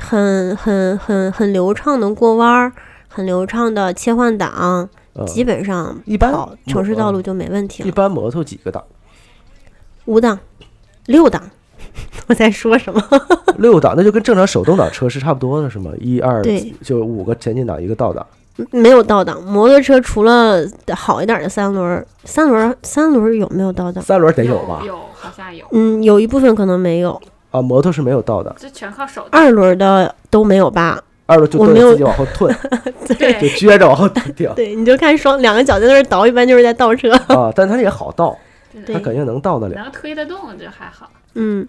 [SPEAKER 3] 很很很很流畅的过弯儿，很流畅的切换档，
[SPEAKER 1] 嗯
[SPEAKER 3] 基本上
[SPEAKER 1] 一般
[SPEAKER 3] 跑城市道
[SPEAKER 1] 嗯
[SPEAKER 3] 路就没问题
[SPEAKER 1] 一
[SPEAKER 3] 了。
[SPEAKER 1] 般摩托几个档？
[SPEAKER 3] 五档、六档， 我在说什么？
[SPEAKER 1] 六档，那就跟正常手动挡车是差不多的，是吗？一二
[SPEAKER 3] 对
[SPEAKER 1] 就五个前进档，一个倒档。
[SPEAKER 3] 没有倒档，摩托车除了好一点的三轮儿，三轮儿三轮儿有没有倒档？
[SPEAKER 1] 三轮得
[SPEAKER 2] 有
[SPEAKER 1] 吧？
[SPEAKER 2] 有，好像 有，
[SPEAKER 3] 嗯，有一部分可能没有，
[SPEAKER 1] 啊，摩托是没有倒档
[SPEAKER 2] 这全靠手动。
[SPEAKER 3] 二轮儿的都没有吧？
[SPEAKER 1] 二楼就
[SPEAKER 3] 我
[SPEAKER 1] 都
[SPEAKER 3] 没
[SPEAKER 1] 得
[SPEAKER 3] 有
[SPEAKER 1] 自己往后 退，就
[SPEAKER 2] 对，
[SPEAKER 1] 撅着往后顶
[SPEAKER 3] 对，你就看双两个脚在那儿倒，一般就是在倒车。
[SPEAKER 1] 啊。但它也好倒，
[SPEAKER 2] 对
[SPEAKER 1] 它肯定能倒得了。
[SPEAKER 2] 能推得动就还好。
[SPEAKER 3] 嗯，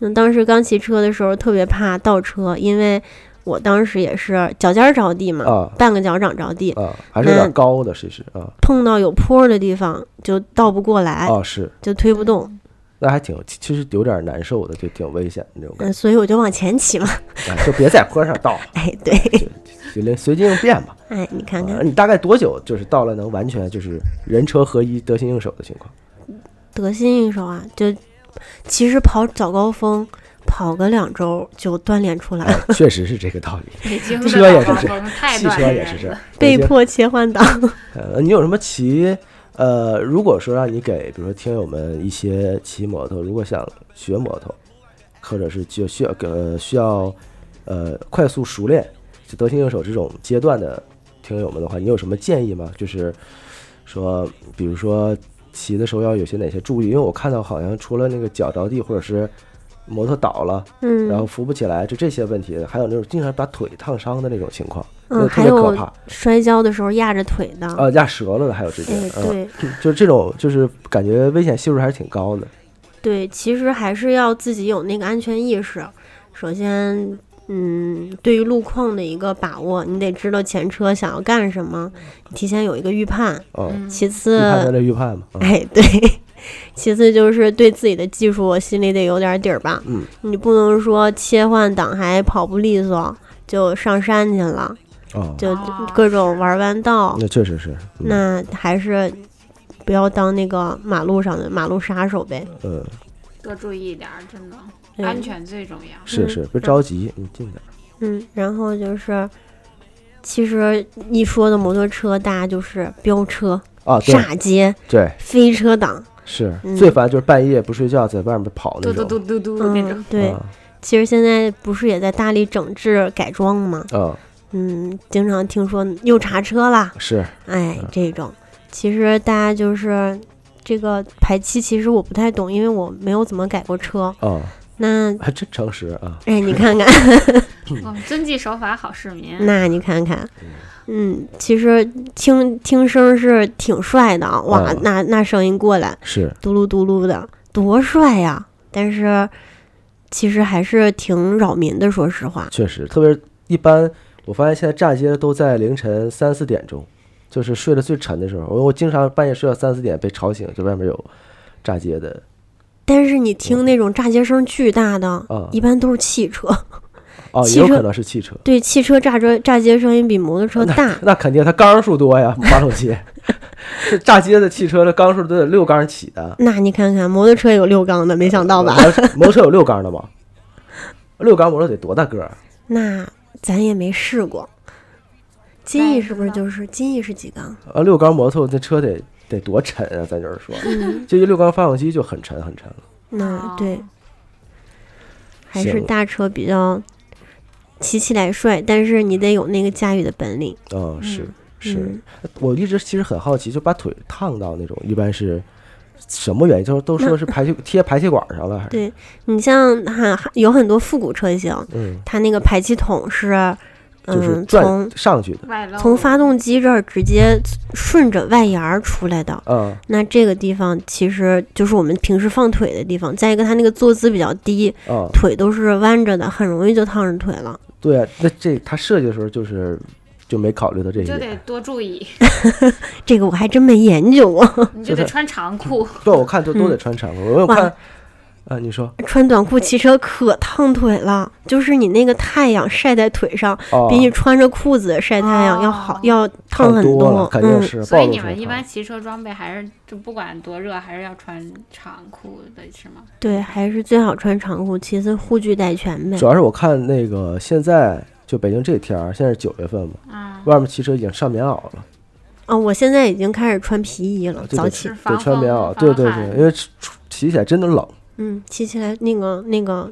[SPEAKER 3] 嗯，当时刚骑车的时候特别怕倒车，因为我当时也是脚尖儿着地嘛，
[SPEAKER 1] 啊
[SPEAKER 3] 半个脚掌着地，
[SPEAKER 1] 啊，还是有点
[SPEAKER 3] 那
[SPEAKER 1] 高的，其实啊
[SPEAKER 3] 碰到有坡儿的地方就倒不过来，
[SPEAKER 1] 啊是，
[SPEAKER 3] 就推不
[SPEAKER 2] 嗯
[SPEAKER 3] 动。
[SPEAKER 1] 那还挺，其实有点难受的，就挺危险的那种感
[SPEAKER 3] 嗯，所以我就往前骑嘛。
[SPEAKER 1] 觉，哎就别在坡上倒，
[SPEAKER 3] 哎，对，
[SPEAKER 1] 就随随机应变吧。
[SPEAKER 3] 哎，你看
[SPEAKER 1] 啊
[SPEAKER 3] 看，
[SPEAKER 1] 你大概多久就是到了能完全就是人车合一、得心应手的情况？
[SPEAKER 3] 得心应手啊，就其实跑早高峰。跑个两周就锻炼出来，
[SPEAKER 1] 哎确实是这个道理。
[SPEAKER 2] 北京的
[SPEAKER 1] 车也是
[SPEAKER 2] 老
[SPEAKER 1] 这
[SPEAKER 2] 高峰太
[SPEAKER 1] 汽
[SPEAKER 2] 锻
[SPEAKER 1] 车
[SPEAKER 2] 炼
[SPEAKER 1] 也是这
[SPEAKER 2] 人
[SPEAKER 1] 样
[SPEAKER 2] 了。，
[SPEAKER 3] 被
[SPEAKER 1] 那些
[SPEAKER 3] 迫切 换档。
[SPEAKER 1] 呃，你有什么骑？呃，如果说让你给，比如说听友们一些骑摩托，如果想学摩托，或者是就需要呃需要呃快速熟练就得心应手这种阶段的听友们的话，你有什么建议吗？就是说，比如说骑的时候要有些哪些注意？因为我看到好像除了那个脚着地或者是摩托倒了，
[SPEAKER 3] 嗯，
[SPEAKER 1] 然后扶不起来，就这些问题，还有那种经常把腿烫伤的那种情况，那
[SPEAKER 3] 嗯，
[SPEAKER 1] 特
[SPEAKER 3] 还
[SPEAKER 1] 别可
[SPEAKER 3] 有
[SPEAKER 1] 怕。
[SPEAKER 3] 摔跤的时候压着腿的，
[SPEAKER 1] 啊，压折了的还有这些，
[SPEAKER 3] 哎，
[SPEAKER 1] 嗯，
[SPEAKER 3] 对，
[SPEAKER 1] 就是这种，就是感觉危险系数还是挺高的。
[SPEAKER 3] 对，其实还是要自己有那个安全意识。首先，嗯，对于路况的一个把握，你得知道前车想要干什么，提前有一个预判。
[SPEAKER 1] 嗯，
[SPEAKER 3] 其
[SPEAKER 1] 预判咱
[SPEAKER 3] 次，
[SPEAKER 1] 这预判嘛，嗯
[SPEAKER 3] 哎，对，其次就是对自己的技术心里得有点底儿吧。
[SPEAKER 1] 嗯，
[SPEAKER 3] 你不能说切换档还跑不利索，就上山去了，
[SPEAKER 1] 哦，
[SPEAKER 3] 就
[SPEAKER 2] 哦
[SPEAKER 3] 各种玩弯道。
[SPEAKER 1] 那确实是，嗯
[SPEAKER 3] 那还是不要当那个马路上的马路杀手呗。
[SPEAKER 1] 嗯，
[SPEAKER 2] 多注意一点儿，真的，
[SPEAKER 3] 对
[SPEAKER 2] 安全最重要。
[SPEAKER 1] 是
[SPEAKER 3] 嗯
[SPEAKER 1] 是，别着急，你近点儿。
[SPEAKER 3] 嗯，然后就是，其实一说的摩托车，大家就是飙车、
[SPEAKER 1] 啊，对
[SPEAKER 3] 炸街、
[SPEAKER 1] 对，
[SPEAKER 3] 飞车党。
[SPEAKER 1] 是
[SPEAKER 3] 嗯
[SPEAKER 1] 最烦就是半夜不睡觉在外面跑
[SPEAKER 2] 嘟
[SPEAKER 1] 那
[SPEAKER 2] 嘟
[SPEAKER 1] 种。
[SPEAKER 2] 嘟嘟嘟那
[SPEAKER 3] 嗯
[SPEAKER 2] 种，，
[SPEAKER 3] 对，
[SPEAKER 1] 啊
[SPEAKER 3] 其实现在不是也在大力整治改装吗？
[SPEAKER 1] 嗯，
[SPEAKER 3] 嗯，经常听说又查车啦，
[SPEAKER 1] 是
[SPEAKER 3] 哎
[SPEAKER 1] 嗯，
[SPEAKER 3] 这种，其实大家就是这个排气，其实我不太懂，因为我没有怎么改过车。
[SPEAKER 1] 啊，
[SPEAKER 3] 那
[SPEAKER 1] 还真诚实啊。
[SPEAKER 3] 哎，你看看，
[SPEAKER 2] 我们嗯遵纪守法，好市民。
[SPEAKER 3] 嗯那你看看，嗯，其实听听声是挺帅的啊，哇，
[SPEAKER 1] 嗯
[SPEAKER 3] 那那声音过来。
[SPEAKER 1] 是，
[SPEAKER 3] 嘟噜嘟噜的，多帅呀！但是其实还是挺扰民的，说实话。
[SPEAKER 1] 确实，特别是一般，我发现现在炸街都在凌晨三四点钟，就是睡得最沉的时候。我我经常半夜睡到三四点被吵醒，就外面有炸街的
[SPEAKER 3] 但是你
[SPEAKER 1] 嗯
[SPEAKER 3] 听那种炸街声巨大的，
[SPEAKER 1] 啊
[SPEAKER 3] 一般都是汽车。
[SPEAKER 1] 哦，也
[SPEAKER 3] 汽
[SPEAKER 1] 有
[SPEAKER 3] 车
[SPEAKER 1] 可能是汽车。
[SPEAKER 3] 对，汽车炸车炸街声音比摩托车大。
[SPEAKER 1] 那肯定，它缸数多呀，马桶 街，这炸街的汽车的缸数都得六缸起的，
[SPEAKER 3] 那你看看，摩托车有六缸的，没想到吧？
[SPEAKER 1] 摩托？摩托车有六缸的吗？六缸摩托得多大个儿？
[SPEAKER 3] 那咱也没试过。金
[SPEAKER 2] 那
[SPEAKER 3] 翼
[SPEAKER 2] 也
[SPEAKER 3] 是
[SPEAKER 2] 不
[SPEAKER 3] 不是
[SPEAKER 2] 知道
[SPEAKER 3] 就是金翼是几缸？
[SPEAKER 1] 啊，六缸摩托那车得得多沉啊！咱就是说，就一六缸发动机就很沉很沉了。
[SPEAKER 3] 那
[SPEAKER 2] 嗯哦
[SPEAKER 3] 对，还是
[SPEAKER 1] 行
[SPEAKER 3] 大车比较骑起来帅，但是你得有那个驾驭的本领。
[SPEAKER 1] 嗯，是
[SPEAKER 2] 嗯
[SPEAKER 1] 是
[SPEAKER 3] 嗯，
[SPEAKER 1] 我一直其实很好奇，就把腿烫到那种，一般是什么原因？就是都说是排气贴排气管上了，还是
[SPEAKER 3] 对你像很有很多复古车型，
[SPEAKER 1] 嗯，
[SPEAKER 3] 它那个排气筒是，嗯，
[SPEAKER 1] 就是转
[SPEAKER 2] 哦
[SPEAKER 3] 从
[SPEAKER 1] 上去的。
[SPEAKER 2] 外露
[SPEAKER 3] 从发动机这儿直接顺着外沿儿出来的。
[SPEAKER 1] 嗯，
[SPEAKER 3] 那这个地方其实就是我们平时放腿的地方。再一个，它那个坐姿比较低，
[SPEAKER 1] 嗯，
[SPEAKER 3] 腿都是弯着的，很容易就烫着腿了。
[SPEAKER 1] 对啊，那这他设计的时候就是就没考虑到这
[SPEAKER 2] 你就
[SPEAKER 1] 些。
[SPEAKER 2] 得多注意，
[SPEAKER 3] 这个我还真没研究过，
[SPEAKER 2] 你就
[SPEAKER 1] 就是
[SPEAKER 2] 得
[SPEAKER 1] 嗯
[SPEAKER 2] 穿长裤。
[SPEAKER 1] 对，我看都都得穿长裤。我有
[SPEAKER 3] 哇
[SPEAKER 1] 看，啊，你说
[SPEAKER 3] 穿短裤骑车可烫腿了，就是你那个太阳晒在腿上，
[SPEAKER 1] 哦，
[SPEAKER 3] 比你穿着裤子晒太阳要好，
[SPEAKER 2] 哦
[SPEAKER 3] 要
[SPEAKER 1] 看
[SPEAKER 3] 烫很
[SPEAKER 1] 多了，肯定
[SPEAKER 3] 嗯，
[SPEAKER 1] 是。
[SPEAKER 2] 所以
[SPEAKER 1] 暴露
[SPEAKER 2] 你
[SPEAKER 1] 出
[SPEAKER 2] 们
[SPEAKER 1] 来
[SPEAKER 2] 一
[SPEAKER 1] 烫
[SPEAKER 2] 般骑车装备还是就不管多热，还是要穿长裤的，是吗？
[SPEAKER 3] 对，还是最好穿长裤，其次护具带全呗
[SPEAKER 1] 主。要是我看那个现在就北京这天儿，现在是九月份嘛，
[SPEAKER 2] 嗯，
[SPEAKER 1] 外面骑车已经上棉袄了，
[SPEAKER 3] 啊、我现在已经开始穿皮衣了，
[SPEAKER 1] 就
[SPEAKER 3] 早
[SPEAKER 1] 得
[SPEAKER 3] 起
[SPEAKER 1] 得，
[SPEAKER 2] 防
[SPEAKER 1] 穿棉
[SPEAKER 2] 风
[SPEAKER 1] 袄。对
[SPEAKER 2] 防
[SPEAKER 1] 对
[SPEAKER 2] 寒
[SPEAKER 1] 对，因为出骑起来真的冷，
[SPEAKER 3] 嗯，骑起来那个那个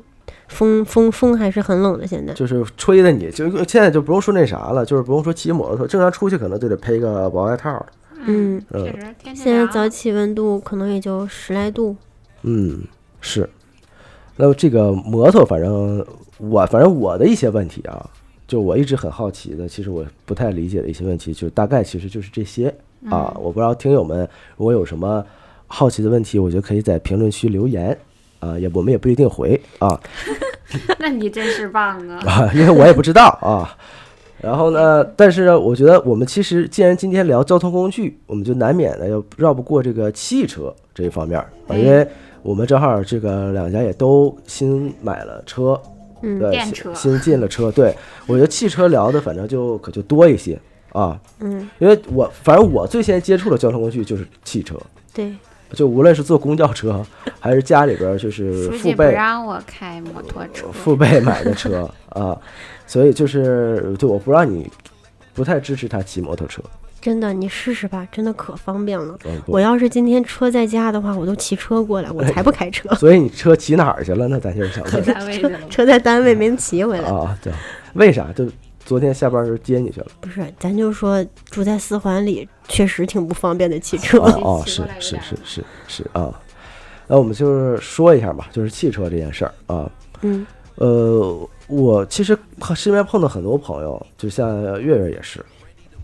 [SPEAKER 3] 风风风还是很冷的，现在。
[SPEAKER 1] 就是吹的你，就是现在就不用说那啥了，就是不用说骑摩托，正常出去可能就得配个薄外套。
[SPEAKER 3] 嗯，
[SPEAKER 2] 确
[SPEAKER 1] 嗯
[SPEAKER 2] 实天气
[SPEAKER 3] 现在
[SPEAKER 2] 凉
[SPEAKER 3] 早起温度可能也就十来度。
[SPEAKER 1] 嗯，是。那么这个摩托，反正我反正我的一些问题啊，就我一直很好奇的，其实我不太理解的一些问题，就是大概其实就是这些啊。我不知道听友们如果有什么好奇的问题，我觉得可以在评论区留言啊，也我们也不一定回啊
[SPEAKER 2] 那你真是棒啊！
[SPEAKER 1] 啊， 因为我也不知道啊。然后呢，但是呢我觉得我们其实既然今天聊交通工具，我们就难免的要绕不过这个汽车这一方面儿啊，
[SPEAKER 2] 嗯
[SPEAKER 1] 因为我们正好这个两家也都新买了车，
[SPEAKER 3] 嗯
[SPEAKER 1] 对，
[SPEAKER 2] 电
[SPEAKER 1] 新
[SPEAKER 2] 车
[SPEAKER 1] 新进了车，对我觉得汽车聊的反正就可就多一些啊，
[SPEAKER 3] 嗯，
[SPEAKER 1] 因为我反正我最先接触的交通工具就是汽车，
[SPEAKER 3] 对，
[SPEAKER 1] 就无论是坐公交车还是家里边儿就是
[SPEAKER 2] 书
[SPEAKER 1] 呃父
[SPEAKER 2] 记不
[SPEAKER 1] 辈
[SPEAKER 2] 让我开摩托车，
[SPEAKER 1] 父辈买的车啊，所以就是就我不让你，不太支持他骑摩托车。
[SPEAKER 3] 真的，你试试吧，真的可方便了。
[SPEAKER 1] 嗯不
[SPEAKER 3] 我要是今天车在家的话，我都骑车过来，我才不开车，
[SPEAKER 1] 所以你车骑哪儿去了？那咱就是想问
[SPEAKER 2] 单位去了。
[SPEAKER 3] 车在单位没骑回来。
[SPEAKER 1] 啊，对，为啥？就昨天下班时候接你 去了
[SPEAKER 3] 不是，咱就说住在四环里确实挺不方便的，骑车。
[SPEAKER 1] 啊？
[SPEAKER 2] 骑
[SPEAKER 1] 哦，
[SPEAKER 2] 骑
[SPEAKER 1] 是
[SPEAKER 2] 过来
[SPEAKER 1] 是
[SPEAKER 2] 有点
[SPEAKER 1] 是
[SPEAKER 2] 儿
[SPEAKER 1] 是是啊。那我们就是说一下吧，就是汽车这件事儿啊。
[SPEAKER 3] 嗯
[SPEAKER 1] 呃，我其实碰身边碰到很多朋友，就像月月也是，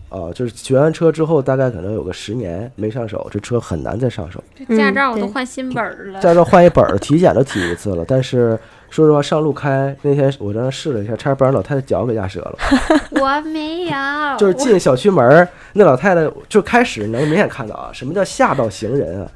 [SPEAKER 1] 啊，就是学完车之后，大概可能有个十年没上手，这车很难再上手。
[SPEAKER 2] 这驾
[SPEAKER 3] 嗯
[SPEAKER 2] 照我都
[SPEAKER 3] 对
[SPEAKER 2] 换新本儿了，
[SPEAKER 1] 驾照换一本儿，体检都体一次了，但是说实话，上路开那天我让他试了一下，差点把老太太脚给压折了。
[SPEAKER 2] 我没有，
[SPEAKER 1] 就是
[SPEAKER 2] 我
[SPEAKER 1] 进小区门儿，那老太太就开始能明显看到啊，什么叫吓到行人啊？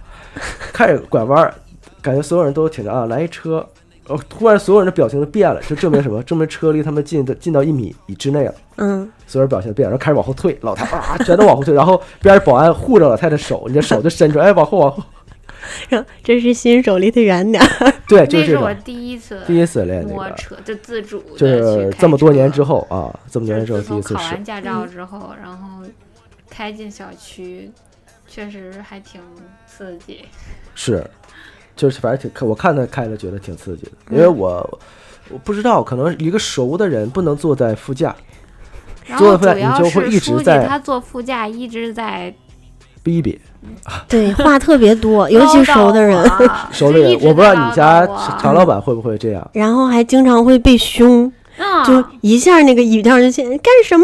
[SPEAKER 1] 开始拐弯儿，感觉所有人都挺着啊，来一车，哦，突然所有人的表情都变了，就证明什么？证明车离他们近的近到一米以之内了。
[SPEAKER 3] 嗯，
[SPEAKER 1] 所有人表情变了，然后开始往后退，老太啊，全都往后退，然后边上保安护着老太太手，你的手就伸出来，哎，往后往后，
[SPEAKER 3] 这是新手，离得远点儿。
[SPEAKER 1] 对，就
[SPEAKER 2] 那
[SPEAKER 1] 这
[SPEAKER 2] 是
[SPEAKER 1] 种
[SPEAKER 2] 我第一次
[SPEAKER 1] 第一次练那
[SPEAKER 2] 摸
[SPEAKER 1] 个。啊
[SPEAKER 2] 车，就自主的
[SPEAKER 1] 就是
[SPEAKER 2] 去开
[SPEAKER 1] 这么多年
[SPEAKER 2] 车
[SPEAKER 1] 之后啊，这么
[SPEAKER 2] 就
[SPEAKER 1] 多年
[SPEAKER 2] 是
[SPEAKER 1] 之后
[SPEAKER 2] 自
[SPEAKER 1] 第
[SPEAKER 2] 从
[SPEAKER 1] 一次
[SPEAKER 2] 考
[SPEAKER 1] 试
[SPEAKER 2] 完驾照之后，然后开进小区，确实还挺刺激。
[SPEAKER 1] 是，就是反正挺看我看他开了觉得挺刺激的，因为
[SPEAKER 2] 嗯
[SPEAKER 1] 我我不知道，可能一个熟的人不能坐在副驾，
[SPEAKER 2] 然
[SPEAKER 1] 坐
[SPEAKER 2] 后
[SPEAKER 1] 副驾
[SPEAKER 2] 主
[SPEAKER 1] 你
[SPEAKER 2] 要
[SPEAKER 1] 就是会一直
[SPEAKER 2] 书记
[SPEAKER 1] 在
[SPEAKER 2] 他坐副驾一直在
[SPEAKER 1] 逼逼
[SPEAKER 3] 对，话特别多，尤其熟的人，
[SPEAKER 2] 唠叨 我
[SPEAKER 1] 熟的
[SPEAKER 2] 啊就一
[SPEAKER 1] 人，
[SPEAKER 2] 直
[SPEAKER 1] 我不知道
[SPEAKER 2] 在唠
[SPEAKER 1] 你家
[SPEAKER 2] 叨我
[SPEAKER 1] 常老板会不会这 样。
[SPEAKER 3] 然后还经常会被凶。
[SPEAKER 2] 嗯，
[SPEAKER 3] 就一下那个语调就现干什么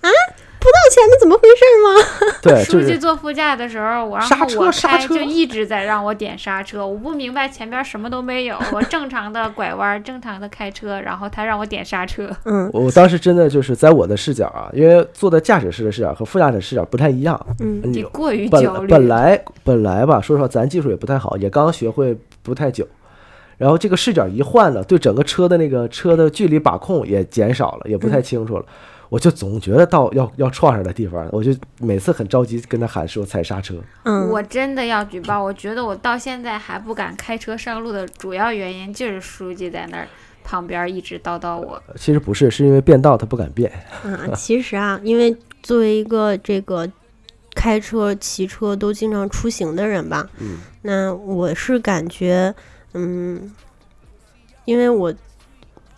[SPEAKER 3] 啊？不道歉，那怎么回事吗？
[SPEAKER 1] 对，就
[SPEAKER 2] 书记
[SPEAKER 1] 是
[SPEAKER 2] 坐副驾的时候，我
[SPEAKER 1] 刹
[SPEAKER 2] 让
[SPEAKER 1] 车
[SPEAKER 2] 我
[SPEAKER 1] 刹
[SPEAKER 2] 开
[SPEAKER 1] 车
[SPEAKER 2] 就一直在让我点刹车，我不明白前边什么都没有， 我正常的拐弯，正常的开车，然后他让我点刹车，
[SPEAKER 3] 嗯
[SPEAKER 1] 我当时真的就是在我的视角啊，因为坐在驾驶室的视角和副驾驶视角不太一样，
[SPEAKER 3] 嗯，
[SPEAKER 2] 你
[SPEAKER 1] 你
[SPEAKER 2] 过于焦
[SPEAKER 1] 哎本
[SPEAKER 2] 虑。
[SPEAKER 1] 本来本来吧，说实话，咱技术也不太好，也刚学会不太久。然后这个视角一换了，对整个车的那个车的距离把控也减少了，也不
[SPEAKER 2] 嗯
[SPEAKER 1] 太清楚了。我就总觉得到要要撞上的地方了，我就每次很着急跟他喊说踩刹车。
[SPEAKER 3] 嗯，
[SPEAKER 2] 我真的要举报，我觉得我到现在还不敢开车上路的主要原因就是书记在那儿旁边一直叨叨我，
[SPEAKER 1] 其实不是，是因为变道他不敢变。
[SPEAKER 3] 啊，其实啊，因为作为一个这个开车、骑车都经常出行的人吧，
[SPEAKER 1] 嗯
[SPEAKER 3] 那我是感觉，嗯，因为我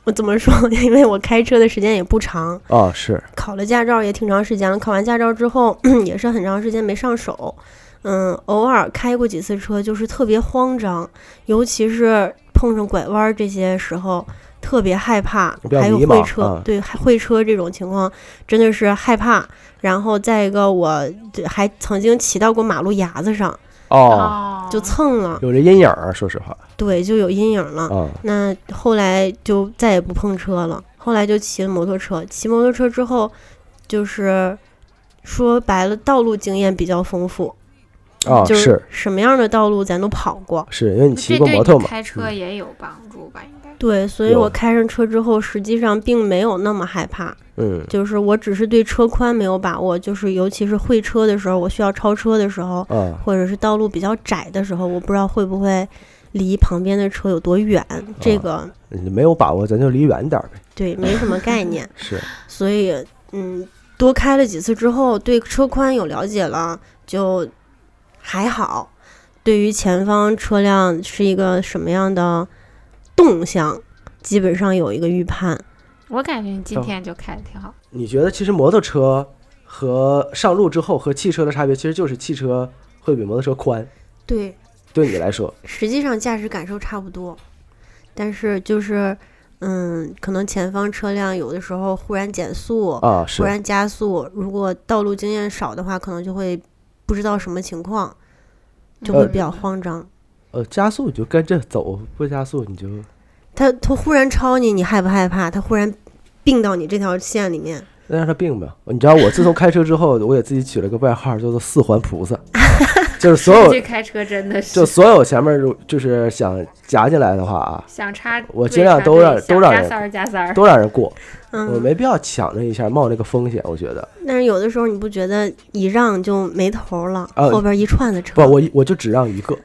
[SPEAKER 3] 我怎么说？ 因为我开车的时间也不长，
[SPEAKER 1] 哦，是
[SPEAKER 3] 考了驾照也挺长时间了，考完驾照之后 也是很长时间没上手。嗯，偶尔开过几次车，就是特别慌张，尤其是碰上拐弯儿这些时候，特别害怕
[SPEAKER 1] 比。较
[SPEAKER 3] 还有
[SPEAKER 1] 迷茫
[SPEAKER 3] 会车，
[SPEAKER 1] 啊
[SPEAKER 3] 对，还会车这种情况真的是害怕。然后再一个，我这还曾经骑到过马路牙子上，
[SPEAKER 1] 哦，
[SPEAKER 2] 哦
[SPEAKER 3] 就蹭了，
[SPEAKER 1] 有这阴影儿，说实话
[SPEAKER 3] 对，就有阴影了。
[SPEAKER 1] 啊、
[SPEAKER 3] 那后来就再也不碰车了，后来就骑了摩托车。骑摩托车之后，就是说白了，道路经验比较丰富，
[SPEAKER 2] 嗯
[SPEAKER 1] 哦，
[SPEAKER 3] 就是什么样的道路咱都跑过。
[SPEAKER 1] 是，因为你骑
[SPEAKER 2] 这
[SPEAKER 1] 过
[SPEAKER 2] 对
[SPEAKER 1] 摩
[SPEAKER 2] 你
[SPEAKER 1] 托嘛，嗯
[SPEAKER 2] 开车也有帮助吧？应该。
[SPEAKER 3] 对，所以
[SPEAKER 1] 有
[SPEAKER 3] 我开上车之后，实际上并没有那么害怕，
[SPEAKER 1] 嗯，
[SPEAKER 3] 就是我只是对车宽没有把握，就是尤其是会车的时候，我需要超车的时候，
[SPEAKER 1] 啊，
[SPEAKER 3] 或者是道路比较窄的时候，我不知道会不会离旁边的车有多远，这个
[SPEAKER 1] 你没有把握，咱就离远点儿呗。
[SPEAKER 3] 对没什么概念。
[SPEAKER 1] 是，
[SPEAKER 3] 所以，嗯，多开了几次之后，对车宽有了解了，就还好。对于前方车辆是一个什么样的动向，基本上有一个预判。
[SPEAKER 2] 我感觉你今
[SPEAKER 1] 哦
[SPEAKER 2] 天就开的挺好，
[SPEAKER 1] 你觉得其实摩托车和上路之后和汽车的差别，其实就是汽车会比摩托车宽，
[SPEAKER 3] 对，
[SPEAKER 1] 对你来说，
[SPEAKER 3] 实际上驾驶感受差不多，但是就是，嗯，可能前方车辆有的时候忽然减速，
[SPEAKER 1] 啊，是
[SPEAKER 3] 忽然加速，如果道路经验少的话，可能就会不知道什么情况，就会
[SPEAKER 1] 呃
[SPEAKER 3] 比较慌张。
[SPEAKER 1] 呃，加速你就跟着走，不加速你就
[SPEAKER 3] 他他忽然超你，你害不害怕？他忽然并到你这条线里面，
[SPEAKER 1] 那让他病吧。你知道我自从开车之后，我给自己取了个外号，叫做“四环菩萨”，就是所有
[SPEAKER 2] 这开车真的
[SPEAKER 1] 就是所有前面如就是想夹进来的话啊，
[SPEAKER 2] 想插队插队，
[SPEAKER 1] 我尽量都让都让
[SPEAKER 2] 想
[SPEAKER 1] 人
[SPEAKER 2] 加三儿加三儿，
[SPEAKER 1] 都让人过，我
[SPEAKER 3] 嗯，
[SPEAKER 1] 没必要抢着一下冒那个风险。我觉得
[SPEAKER 3] 但是有的时候你不觉得一让就没头了，
[SPEAKER 1] 啊
[SPEAKER 3] 后边一串子
[SPEAKER 1] 不，
[SPEAKER 3] 车，
[SPEAKER 1] 我一我就只让一个，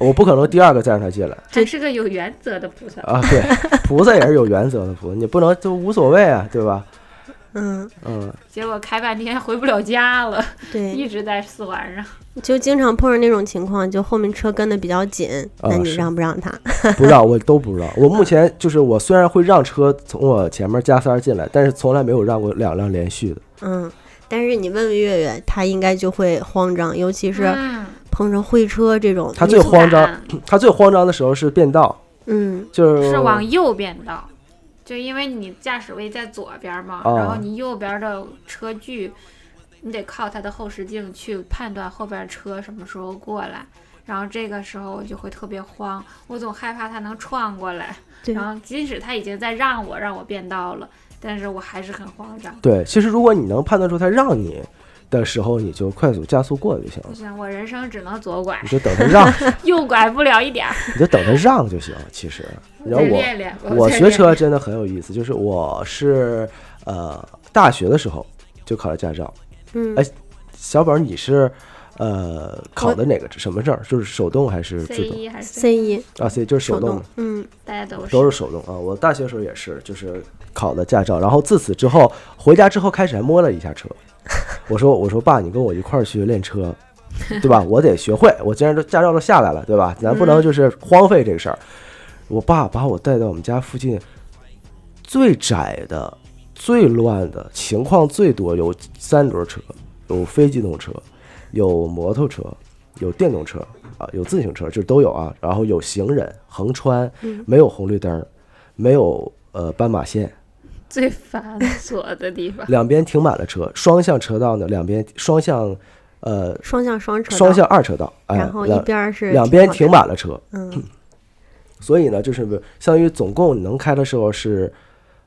[SPEAKER 1] 我不可能第二个再让他进来
[SPEAKER 2] 还是个有原则的菩萨。
[SPEAKER 1] 啊。对，菩萨也是有原则的菩萨，你不能就无所谓啊，对吧？
[SPEAKER 3] 嗯，
[SPEAKER 1] 嗯，
[SPEAKER 2] 结果开半天回不了家了，
[SPEAKER 3] 对，
[SPEAKER 2] 一直在四环上。
[SPEAKER 3] 就经常碰上那种情况，就后面车跟的比较紧，
[SPEAKER 1] 啊
[SPEAKER 3] 那你
[SPEAKER 1] 是
[SPEAKER 3] 让不让他？
[SPEAKER 1] 不让我都不让。我目前就是我虽然会让车从我前面加塞儿进来，但是从来没有让过两辆连续的。
[SPEAKER 3] 嗯，但是你问问月月，她应该就会慌张，尤其是
[SPEAKER 2] 嗯
[SPEAKER 3] 碰上会车这种，
[SPEAKER 1] 她
[SPEAKER 3] 你
[SPEAKER 1] 最
[SPEAKER 2] 不
[SPEAKER 1] 慌张
[SPEAKER 2] 敢
[SPEAKER 1] 他最慌张的时候是变道，
[SPEAKER 3] 嗯
[SPEAKER 1] 就是
[SPEAKER 2] 是往右变道，就因为你驾驶位在左边嘛，
[SPEAKER 1] 哦
[SPEAKER 2] 然后你右边的车距，你得靠它的后视镜去判断后边车什么时候过来。然后这个时候我就会特别慌，我总害怕它能撞过来。
[SPEAKER 3] 对
[SPEAKER 2] 然后即使它已经在让我让我变道了，但是我还是很慌张。
[SPEAKER 1] 对。其实如果你能判断出他让你的时候，你就快速加速过就行了
[SPEAKER 2] 不。行，我人生只能左拐
[SPEAKER 1] 你，就等他让，
[SPEAKER 2] 右拐不了一点儿。
[SPEAKER 1] 你就等他让就行。其实，然
[SPEAKER 2] 再
[SPEAKER 1] 后我
[SPEAKER 2] 练练，
[SPEAKER 1] 我
[SPEAKER 2] 再
[SPEAKER 1] 学
[SPEAKER 2] 练
[SPEAKER 1] 车真的很有意思，就是我是呃大学的时候就考了驾照。
[SPEAKER 3] 嗯
[SPEAKER 1] 哎，小宝你是呃考
[SPEAKER 3] 我
[SPEAKER 1] 的哪个什么证？就是手动还是
[SPEAKER 2] 练
[SPEAKER 1] 自
[SPEAKER 2] C
[SPEAKER 1] 动？
[SPEAKER 2] 一还是
[SPEAKER 3] C 一
[SPEAKER 1] 啊，所以就是
[SPEAKER 3] 手
[SPEAKER 1] 手动
[SPEAKER 3] 动
[SPEAKER 1] 嘛，，
[SPEAKER 3] 嗯
[SPEAKER 2] 大家都是
[SPEAKER 1] 都是手动啊。我大学时候也是，就是考的驾照，然后自此之后回家之后开始还摸了一下车。我说我说爸，你跟我一块儿去练车， 对吧？我得学会。我既然都驾照都下来了，对吧？咱不能就是荒废这个事儿。我爸把我带到我们家附近最窄的、最乱的情况最多，有三轮车，有非机动车，有摩托车，有电动车啊，有自行车，就是都有啊。然后有行人横穿，
[SPEAKER 3] 嗯
[SPEAKER 1] 没有红绿灯儿，没有呃斑马线，。
[SPEAKER 2] 最繁琐的地
[SPEAKER 3] 啊
[SPEAKER 2] 方
[SPEAKER 1] 两边停满了车，双向车道呢，两边双向呃
[SPEAKER 3] 双向双车道，
[SPEAKER 1] 双向二车道，哎，
[SPEAKER 3] 然后一
[SPEAKER 1] 两
[SPEAKER 3] 边儿是
[SPEAKER 1] 两边
[SPEAKER 3] 好的
[SPEAKER 1] 停，满了车，
[SPEAKER 3] 嗯
[SPEAKER 1] 所以呢，就是相当于总共你能开的时候是，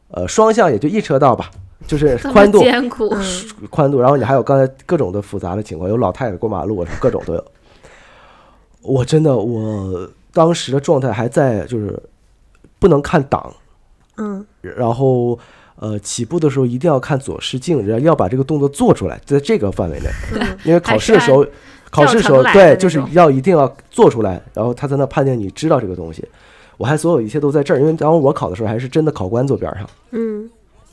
[SPEAKER 1] 呃，双向也就一车道吧，就是
[SPEAKER 2] 这么
[SPEAKER 1] 宽度
[SPEAKER 2] 艰苦，
[SPEAKER 3] 嗯，
[SPEAKER 1] 宽度，然后你还有刚才各种的复杂的情况，有老太太过马路啊，什么各种都有。我真的，我当时的状态还在，就是不能看档，
[SPEAKER 3] 嗯，
[SPEAKER 1] 然后呃，起步的时候一定要看左视镜，然后要把这个动作做出来，在这个范围内，
[SPEAKER 3] 嗯
[SPEAKER 1] 因为考试的时候，考试的时候
[SPEAKER 2] 教程来的
[SPEAKER 1] 对，
[SPEAKER 2] 那
[SPEAKER 1] 就是
[SPEAKER 2] 种
[SPEAKER 1] 要一定要做出来，然后他才能判定你知道这个东西。我还所有一切都在这儿，因为当我考的时候还是真的考官坐边上，
[SPEAKER 3] 嗯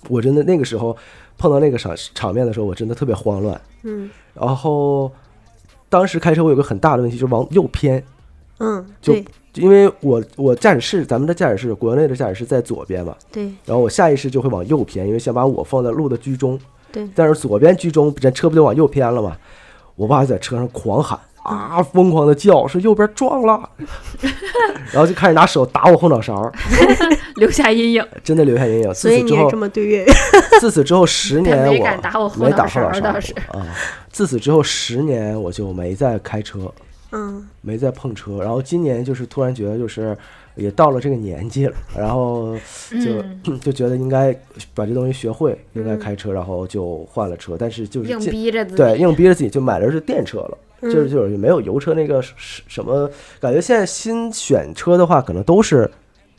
[SPEAKER 1] 我真的那个时候碰到那个场场面的时候，我真的特别慌乱。
[SPEAKER 3] 嗯
[SPEAKER 1] 然后当时开车我有个很大的问题，就是往右偏，
[SPEAKER 3] 嗯，
[SPEAKER 1] 就
[SPEAKER 3] 对
[SPEAKER 1] 因为我我驾驶室咱们的驾驶室国内的驾驶室在左边嘛，
[SPEAKER 3] 对
[SPEAKER 1] 然后我下意识就会往右偏，因为想把我放在路的居中。
[SPEAKER 3] 对
[SPEAKER 1] 但是左边居中，人车不就往右偏了吗？我爸在车上狂喊啊，疯狂的叫，说右边撞了， 然后就开始拿手打我后脑勺，
[SPEAKER 2] 留下阴影。
[SPEAKER 1] 真的留下阴影。自
[SPEAKER 3] 所以
[SPEAKER 1] 此
[SPEAKER 3] 你
[SPEAKER 1] 之
[SPEAKER 3] 也
[SPEAKER 1] 后
[SPEAKER 3] 这，么对月月，
[SPEAKER 1] 自此之后十年
[SPEAKER 2] 他
[SPEAKER 1] 我
[SPEAKER 2] 没敢打我后
[SPEAKER 1] 没打
[SPEAKER 2] 脑
[SPEAKER 1] 后
[SPEAKER 2] 勺
[SPEAKER 1] 脑
[SPEAKER 2] 儿，
[SPEAKER 1] 勺
[SPEAKER 2] 倒是。
[SPEAKER 1] 啊。自此之后十年我就没再开车，
[SPEAKER 3] 嗯
[SPEAKER 1] 没再碰车。然后今年就是突然觉得就是也到了这个年纪了，然后 就、
[SPEAKER 2] 嗯，
[SPEAKER 1] 就觉得应该把这东西学会，应该开车，然后就换了车，但是就是
[SPEAKER 2] 硬
[SPEAKER 1] 进
[SPEAKER 2] 逼着自己。
[SPEAKER 1] 对硬逼着自己就买的是电车了，
[SPEAKER 3] 嗯
[SPEAKER 1] 就是就是没有油车那个什什么感觉。现在新选车的话，可能都是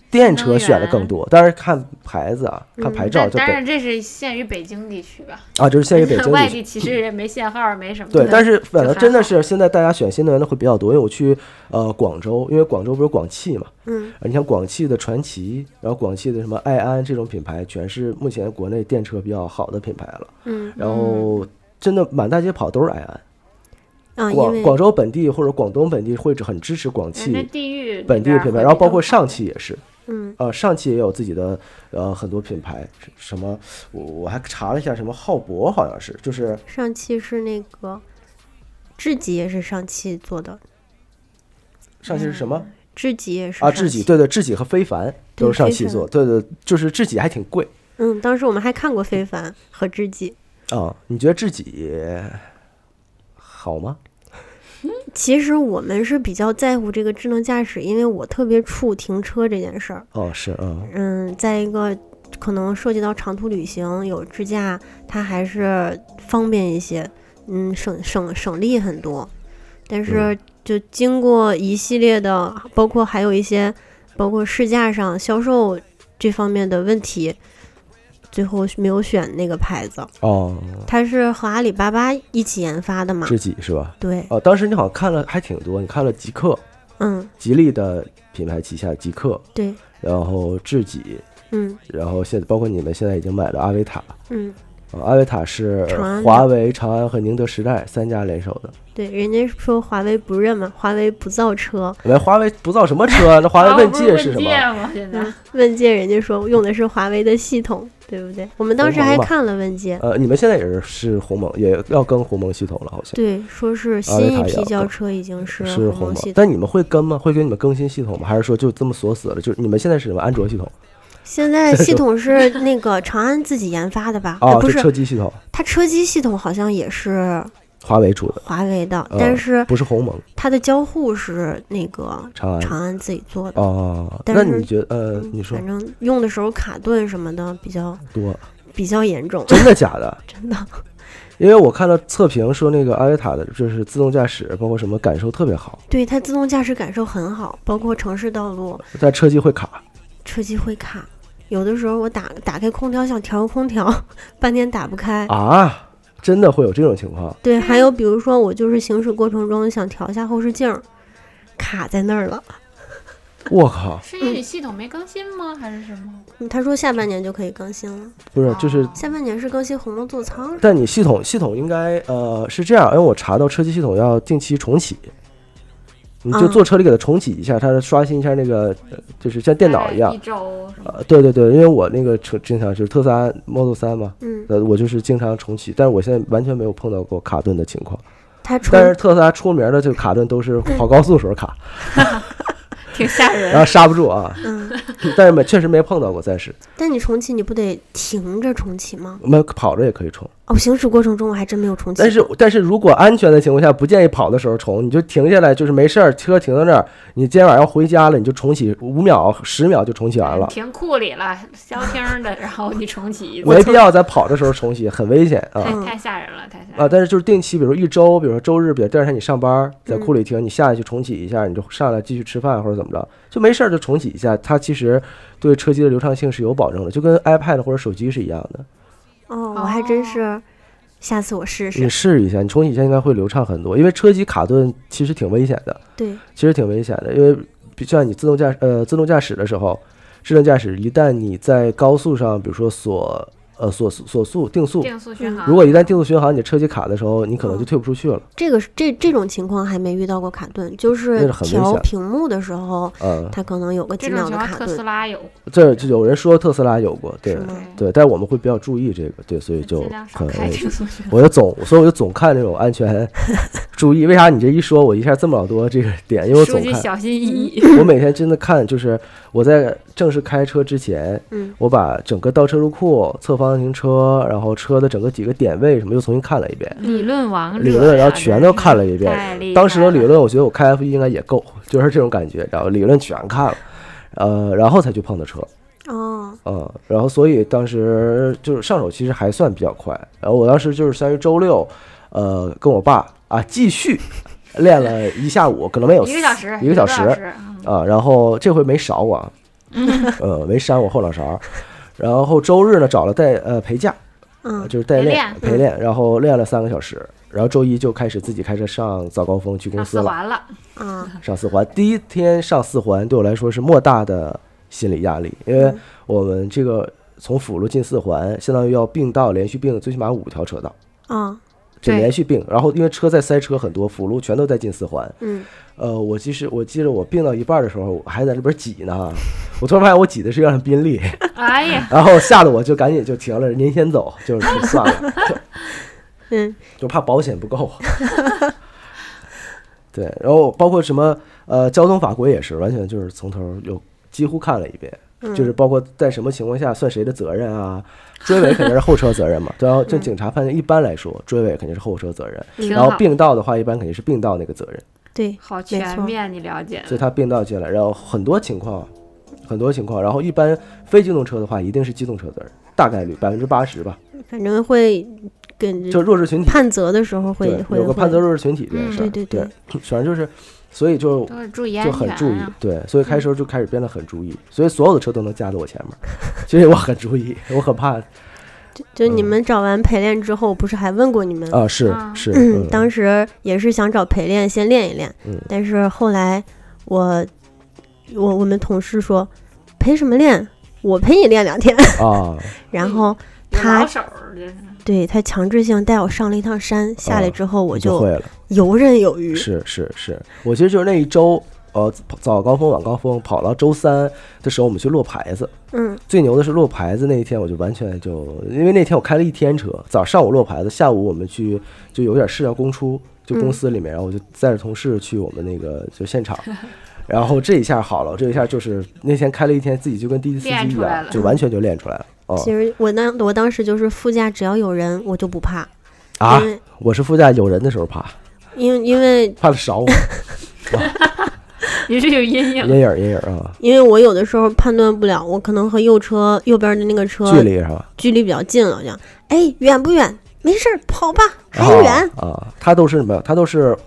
[SPEAKER 1] 电车选的更多，但是看牌子啊，看牌照
[SPEAKER 2] 嗯但
[SPEAKER 1] 就
[SPEAKER 2] 当
[SPEAKER 1] 北、
[SPEAKER 2] 然这是限于北京地区吧，
[SPEAKER 1] 啊，就是限于北京
[SPEAKER 2] 外
[SPEAKER 1] 地区。
[SPEAKER 2] 地其实也没限号，没什么的。
[SPEAKER 1] 对，但是反正
[SPEAKER 2] 还
[SPEAKER 1] 真的
[SPEAKER 2] 好
[SPEAKER 1] 是现在大家选新能源的会比较多，因为我去呃广州，因为广州不是广汽嘛，呃
[SPEAKER 3] 嗯
[SPEAKER 1] 你像广汽的传祺，然后广汽的什么埃安这种品牌，全是目前国内电车比较好的品牌了。
[SPEAKER 3] 嗯
[SPEAKER 1] 然后真的满大街跑都是埃安。
[SPEAKER 3] 啊，因
[SPEAKER 1] 广
[SPEAKER 3] 为
[SPEAKER 1] 广州本地或者广东本地会很支持广
[SPEAKER 2] 反正
[SPEAKER 1] 汽
[SPEAKER 2] 嗯地域
[SPEAKER 1] 本地的品牌，然后包括上汽也是，
[SPEAKER 3] 嗯
[SPEAKER 1] 呃，上汽也有自己的呃很多品牌，什什么我我还查了一下，什么浩博好像是，就是
[SPEAKER 3] 上汽是那个。智己也是上汽做的，
[SPEAKER 1] 上汽是什么？
[SPEAKER 3] 智己也是
[SPEAKER 1] 啊，
[SPEAKER 3] 上
[SPEAKER 1] 智己
[SPEAKER 3] 汽
[SPEAKER 1] 对对，智己和非凡都是
[SPEAKER 3] 对
[SPEAKER 1] 上
[SPEAKER 3] 非
[SPEAKER 1] 汽
[SPEAKER 3] 凡
[SPEAKER 1] 做，对对，就是智己还挺贵
[SPEAKER 3] 嗯，当时我们还看过《非凡》和《知己
[SPEAKER 1] 啊。你觉得智己好吗？》。
[SPEAKER 3] 其实我们是比较在乎这个智能驾驶，因为我特别怵停车这件事儿。
[SPEAKER 1] 哦，是啊，
[SPEAKER 3] 嗯，再一个，可能涉及到长途旅行，有支架，它还是方便一些，嗯，省省省力很多。但
[SPEAKER 1] 嗯
[SPEAKER 3] 是，就经过一系列的，包括还有一些，包括试驾上销售这方面的问题，最后是没有选那个牌子。
[SPEAKER 1] 哦，
[SPEAKER 3] 它是和阿里巴巴一起研发的嘛？
[SPEAKER 1] 智己是吧？
[SPEAKER 3] 对，
[SPEAKER 1] 哦，当时你好像看了还挺多，你看了极客，
[SPEAKER 3] 嗯，
[SPEAKER 1] 吉利的品牌旗下极客，
[SPEAKER 3] 对，
[SPEAKER 1] 然后智己，
[SPEAKER 3] 嗯
[SPEAKER 1] 然后现在包括你们现在已经买了阿维塔，
[SPEAKER 3] 嗯，
[SPEAKER 1] 啊，阿维塔是
[SPEAKER 3] 长安的
[SPEAKER 1] 华为、长安和宁德时代三家联手的。
[SPEAKER 3] 对，人家说华为不认嘛，华为不造车，
[SPEAKER 1] 来，华为不造什么车，啊那华
[SPEAKER 2] 然
[SPEAKER 1] 为
[SPEAKER 3] 哦
[SPEAKER 2] 后
[SPEAKER 1] 问
[SPEAKER 2] 哦不
[SPEAKER 1] 界
[SPEAKER 2] 是
[SPEAKER 1] 是什么？
[SPEAKER 2] 问界吗？现在、
[SPEAKER 3] 嗯，问界人家说用的是华为的系统，对不对？我们当时还看了问界，
[SPEAKER 1] 呃，你们现在也是是鸿蒙，也要更鸿蒙系统了，好像
[SPEAKER 3] 对，说是
[SPEAKER 1] 阿维
[SPEAKER 3] 新一
[SPEAKER 1] 塔也
[SPEAKER 3] 批
[SPEAKER 1] 要
[SPEAKER 3] 轿
[SPEAKER 1] 更
[SPEAKER 3] 车已经是
[SPEAKER 1] 是
[SPEAKER 3] 鸿
[SPEAKER 1] 鸿
[SPEAKER 3] 蒙
[SPEAKER 1] 蒙
[SPEAKER 3] 系。统，
[SPEAKER 1] 但你们会跟吗？会给你们更新系统吗？还是说就这么锁死了？就是你们现在是什么安卓系统
[SPEAKER 3] 现在系统是那个长安自己研发的 吧？
[SPEAKER 1] 啊？
[SPEAKER 3] 呃不
[SPEAKER 1] 这车
[SPEAKER 3] 是，
[SPEAKER 1] 机系统，
[SPEAKER 3] 它车机系统好像也是
[SPEAKER 1] 华为出的，
[SPEAKER 3] 华为的，
[SPEAKER 1] 呃
[SPEAKER 3] 但是
[SPEAKER 1] 不是鸿蒙，
[SPEAKER 3] 它的交互是那个
[SPEAKER 1] 长安。
[SPEAKER 3] 长安自己做的。
[SPEAKER 1] 哦，
[SPEAKER 3] 但
[SPEAKER 1] 那
[SPEAKER 3] 啊是
[SPEAKER 1] 你觉得呃，
[SPEAKER 3] 嗯
[SPEAKER 1] 你说
[SPEAKER 3] 反正用的时候卡顿什么的比较
[SPEAKER 1] 多
[SPEAKER 3] 比较严重，
[SPEAKER 1] 真的假的？
[SPEAKER 3] 真的。
[SPEAKER 1] 因为我看到测评说那个阿维塔的，就是自动驾驶，包括什么感受特别好，
[SPEAKER 3] 对它自动驾驶感受很好，包括城市道路，
[SPEAKER 1] 但车机会卡。
[SPEAKER 3] 车机会卡，有的时候我打打开空调想调空调， 半天打不开。
[SPEAKER 1] 啊，真的会有这种情况？
[SPEAKER 3] 对，还有比如说我就是行驶过程中想调一下后视镜儿，卡在那儿了。
[SPEAKER 1] 我靠，
[SPEAKER 2] 是因为你系统没更新吗？还是什么？
[SPEAKER 3] 嗯他说下半年就可以更新了，
[SPEAKER 1] 不是，就是，
[SPEAKER 3] 下半年是更新鸿蒙座舱。
[SPEAKER 1] 但你系统系统应该呃是这样，因为我查到车机系统要定期重启，你就
[SPEAKER 3] 嗯
[SPEAKER 1] 坐车里给它重启一下，它刷新一下那个，呃就是像电脑一样
[SPEAKER 2] 一。周什么
[SPEAKER 1] 呃，对对对，因为我那个车经常就是特斯拉 Model 三嘛，
[SPEAKER 3] 嗯，
[SPEAKER 1] 呃，我就是经常重启，但是我现在完全没有碰到过卡顿的情况。
[SPEAKER 3] 他
[SPEAKER 1] 但是
[SPEAKER 3] 重
[SPEAKER 1] 特斯拉出名的就卡顿都是跑高速时候卡，
[SPEAKER 2] 挺吓
[SPEAKER 1] 然
[SPEAKER 2] 人。
[SPEAKER 1] 后刹不住啊，
[SPEAKER 3] 嗯，
[SPEAKER 1] 但是没确实没碰到过暂时，
[SPEAKER 3] 但你重启你不得停着重启吗？
[SPEAKER 1] 我们跑着也可以冲。
[SPEAKER 3] 哦，行驶过程中我还真没有重启。
[SPEAKER 1] 但是但是如果安全的情况下，不建议跑的时候重，你就停下来，就是没事儿，车停到那儿，你今天晚上要回家了，你就重启五秒、十秒就重启完了，
[SPEAKER 2] 停库里了，消停儿的，然后你重启一次，
[SPEAKER 1] 没必要在跑的时候重启，很危险 啊
[SPEAKER 2] 太
[SPEAKER 3] 嗯
[SPEAKER 2] 太吓人了，太吓人
[SPEAKER 1] 啊！
[SPEAKER 2] 了。
[SPEAKER 1] 但是就是定期，比如一周，比如说周日，比如第二天你上班，在库里停，你下去重启一下，你就上来继续吃饭或者怎么着，就没事儿就重启一下，它其实对车机的流畅性是有保证的，就跟 iPad 或者手机是一样的，
[SPEAKER 3] 哦，我还真是，下次我试
[SPEAKER 1] 你
[SPEAKER 3] 试。
[SPEAKER 1] 试一下，你重启一下应该会流畅很多，因为车机卡顿其实挺危险的。
[SPEAKER 3] 对，
[SPEAKER 1] 其实挺危险的，因为比像你自动驾呃自动驾驶的时候，智能驾驶一旦你在高速上，比如说锁呃锁锁速定速，
[SPEAKER 2] 定速巡
[SPEAKER 3] 嗯
[SPEAKER 2] 航，
[SPEAKER 1] 如果一旦定速巡航，你车机卡的时候，你可能就退不出去 了。
[SPEAKER 3] 这个是这这种情况还没遇到过卡顿，就
[SPEAKER 1] 那
[SPEAKER 3] 是
[SPEAKER 1] 是很危
[SPEAKER 3] 调
[SPEAKER 1] 险
[SPEAKER 3] 屏幕的时候，
[SPEAKER 1] 嗯，
[SPEAKER 3] 它可能有个几
[SPEAKER 2] 这种
[SPEAKER 3] 秒
[SPEAKER 2] 情
[SPEAKER 3] 的
[SPEAKER 2] 况
[SPEAKER 3] 卡
[SPEAKER 2] 特斯
[SPEAKER 3] 顿，
[SPEAKER 2] 拉有，
[SPEAKER 1] 这就有人说特斯拉有过，对
[SPEAKER 3] 是吗？
[SPEAKER 1] 对，但我们会比较注意这个，对，所以就
[SPEAKER 2] 尽量少
[SPEAKER 1] 可
[SPEAKER 2] 开
[SPEAKER 1] 能
[SPEAKER 2] 定速巡航。
[SPEAKER 1] 我就总，所以我就总看这种安全注意。为啥你这一说，我一下这么老多这个点？因为我
[SPEAKER 2] 书
[SPEAKER 1] 总
[SPEAKER 2] 记
[SPEAKER 1] 看，
[SPEAKER 2] 小心翼翼，
[SPEAKER 1] 我每天真的看，就是我在正式开车之前，
[SPEAKER 3] 嗯
[SPEAKER 1] 我把整个倒车入库、侧方向停车，然后车的整个几个点位什么又重新看了一
[SPEAKER 3] 嗯
[SPEAKER 1] 遍，
[SPEAKER 2] 嗯理论王者呀
[SPEAKER 1] 理论然后全都看了一遍。当时的理，
[SPEAKER 2] 真是太厉害了
[SPEAKER 1] 论，我觉得我开 F 一应该也够，就是这种感觉，然后理论全看了，呃，然后才去碰的车，
[SPEAKER 3] 哦，
[SPEAKER 1] 嗯，然后所以当时就是上手其实还算比较快，然后我当时就是相当于周六，呃，跟我爸啊继续练了一下午，可能没有
[SPEAKER 2] 一个小时，
[SPEAKER 1] 一个小时，
[SPEAKER 2] 时，嗯
[SPEAKER 1] 啊，然后这回没少我 啊，呃，没删我后脑勺儿。然后周日呢找了代呃陪驾，
[SPEAKER 3] 嗯，
[SPEAKER 1] 就是代
[SPEAKER 2] 陪
[SPEAKER 1] 练
[SPEAKER 2] 练嗯
[SPEAKER 1] 陪练，然后练了三个小时，然后周一就开始自己开车上早高峰去公
[SPEAKER 2] 上
[SPEAKER 1] 司
[SPEAKER 2] 四
[SPEAKER 1] 了，
[SPEAKER 2] 环了，
[SPEAKER 3] 啊，
[SPEAKER 1] 上四环。第一天上四环对我来说是莫大的心理压力，因
[SPEAKER 2] 嗯
[SPEAKER 1] 为我们这个从辅路进四环，相当于要并道连续并最起码五条车道，
[SPEAKER 3] 啊，
[SPEAKER 1] 就
[SPEAKER 2] 对
[SPEAKER 1] 连续并。然后因为车在塞车很多，辅路全都在进四环，
[SPEAKER 3] 嗯，
[SPEAKER 1] 呃，我其实我记得我病到一半儿的时候，我还在那边挤呢， 我突然发现我挤的是一辆宾利，
[SPEAKER 2] 哎 呀，
[SPEAKER 1] 然后吓得我就赶紧就停了，您先走，就是就 算了，
[SPEAKER 3] 嗯，
[SPEAKER 1] 就就怕保险不够。 对，然后包括什么呃交通法规也是，完全就是从头又几乎看了一遍，
[SPEAKER 3] 嗯
[SPEAKER 2] 嗯
[SPEAKER 1] 就是包括在什么情况下算谁的责任啊， 追尾肯定是后车责 任嘛，对啊，就警察判定一般来说追尾肯定是后车责任，
[SPEAKER 2] 嗯挺
[SPEAKER 1] 然后
[SPEAKER 2] 好，
[SPEAKER 1] 并道的话一般肯定是并道那个责任，
[SPEAKER 3] 对，
[SPEAKER 2] 好
[SPEAKER 3] 没
[SPEAKER 2] 全
[SPEAKER 3] 错
[SPEAKER 2] 面，你了解
[SPEAKER 1] 所以
[SPEAKER 2] 了。
[SPEAKER 1] 他并道进来，然后很多情况，很多情况，然后一般非机动车的话一定是机动车责任，大概率百分之八十吧，
[SPEAKER 3] 反正会跟
[SPEAKER 1] 就弱势群体
[SPEAKER 3] 嗯判责的时候会
[SPEAKER 1] 对
[SPEAKER 3] 会
[SPEAKER 1] 有个
[SPEAKER 3] 会
[SPEAKER 1] 判责弱势群体这件
[SPEAKER 2] 嗯
[SPEAKER 1] 事儿，
[SPEAKER 3] 对对
[SPEAKER 1] 对，反正就是，所以就
[SPEAKER 2] 都是注意安
[SPEAKER 1] 就
[SPEAKER 2] 全、啊，
[SPEAKER 1] 很注意，对，所以开车就开始变得很注意，所以所有的车都能夹在我前面儿。 其实我很注意，我很怕啊、
[SPEAKER 3] 就就你们找完陪练之后，不是还问过你们？
[SPEAKER 1] 是
[SPEAKER 2] 啊
[SPEAKER 1] 是，
[SPEAKER 3] 嗯
[SPEAKER 1] 嗯，
[SPEAKER 3] 当时也是想找陪练先练一练，
[SPEAKER 1] 嗯
[SPEAKER 3] 但是后来我我我们同事说陪什么练，我陪你练两 天，
[SPEAKER 1] 啊，
[SPEAKER 3] 然后
[SPEAKER 2] 有
[SPEAKER 3] 他
[SPEAKER 2] 老手儿真是。
[SPEAKER 3] 对他强制性带我上了一趟山，下来哦之后我
[SPEAKER 1] 你就会了，
[SPEAKER 3] 游刃有余。
[SPEAKER 1] 是是是，我其实就是那一周，呃，早高峰晚高峰跑到周三的时候，我们去落牌子，
[SPEAKER 3] 嗯，
[SPEAKER 1] 最牛的是落牌子那一天，我就完全就因为那天我开了一天车，早上午落牌子，下午我们去就有点事要公出，就公司里面，然后我就带着同事去我们那个就现 场，然后这一下好了，这一下就是那天开了一天，自己就跟第一次
[SPEAKER 2] 练
[SPEAKER 1] 一
[SPEAKER 2] 出来
[SPEAKER 1] 样，
[SPEAKER 2] 了
[SPEAKER 1] 就完全就练出来了。哦
[SPEAKER 3] 其实我当我当时就是副驾只要有人我就不怕，
[SPEAKER 1] 啊
[SPEAKER 3] 因！为
[SPEAKER 1] 我是副驾有人的时候怕，
[SPEAKER 3] 因为因为
[SPEAKER 1] 怕他勺 我，
[SPEAKER 2] 你是有阴影
[SPEAKER 1] 阴影儿阴影儿啊，
[SPEAKER 3] 因为我有的时候判断不了，我可能和右车右边的那个车
[SPEAKER 1] 距离是吧？
[SPEAKER 3] 距离比较近了，我讲哎远不远？没事儿，跑吧，还
[SPEAKER 1] 啊
[SPEAKER 3] 远。
[SPEAKER 1] 啊！他都是什么？他都是，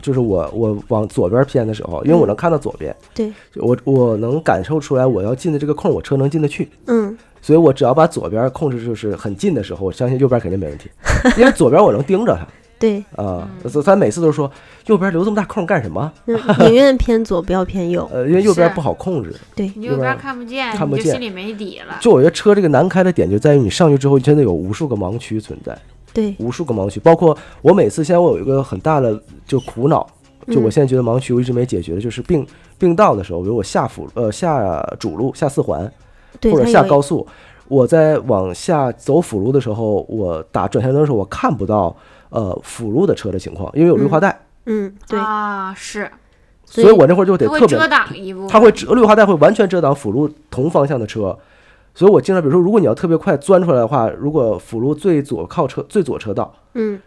[SPEAKER 1] 就是我我往左边偏的时候，因为我能看到左边，
[SPEAKER 3] 对，
[SPEAKER 1] 就我我能感受出来我要进的这个空，我车能进得去。
[SPEAKER 3] 嗯，
[SPEAKER 1] 所以我只要把左边控制就是很近的时候，我相信右边肯定没问题，因为左边我能盯着
[SPEAKER 3] 对，
[SPEAKER 1] 他啊。所以他每次都说右边留这么大空干什么？
[SPEAKER 3] 嗯宁愿偏左不要 偏右。
[SPEAKER 1] 呃，因为右边
[SPEAKER 2] 是
[SPEAKER 1] 不好控制。
[SPEAKER 3] 对，
[SPEAKER 2] 你右边儿看不见，
[SPEAKER 1] 看不
[SPEAKER 2] 你就
[SPEAKER 1] 见
[SPEAKER 2] 心里没底了。
[SPEAKER 1] 就我觉得车这个难开的点就在于你上去之后，真的有无数个盲区存在，
[SPEAKER 3] 对，
[SPEAKER 1] 无数个盲区。包括我每次现在我有一个很大的就苦恼，就我现在觉得盲区我一直没解决的就是并并道的时候，比如我下辅呃下主路下四环，
[SPEAKER 3] 对，
[SPEAKER 1] 或者
[SPEAKER 3] 它
[SPEAKER 1] 下
[SPEAKER 3] 有
[SPEAKER 1] 高速，我在往下走辅路的时候，我打转向灯的时候，我看不到呃辅路的车的情况，因为有绿化带，
[SPEAKER 3] 嗯，对，
[SPEAKER 2] 啊，是，
[SPEAKER 3] 所
[SPEAKER 1] 所以
[SPEAKER 3] 以
[SPEAKER 1] 我那会儿就得
[SPEAKER 2] 它会
[SPEAKER 1] 特别
[SPEAKER 2] 遮，挡一部分，
[SPEAKER 1] 它会遮绿化带会完全遮挡辅路同方向的车。所以我经常，比如说，如果你要特别快钻出来的话，如果辅路最左靠车最左车道，
[SPEAKER 3] 嗯，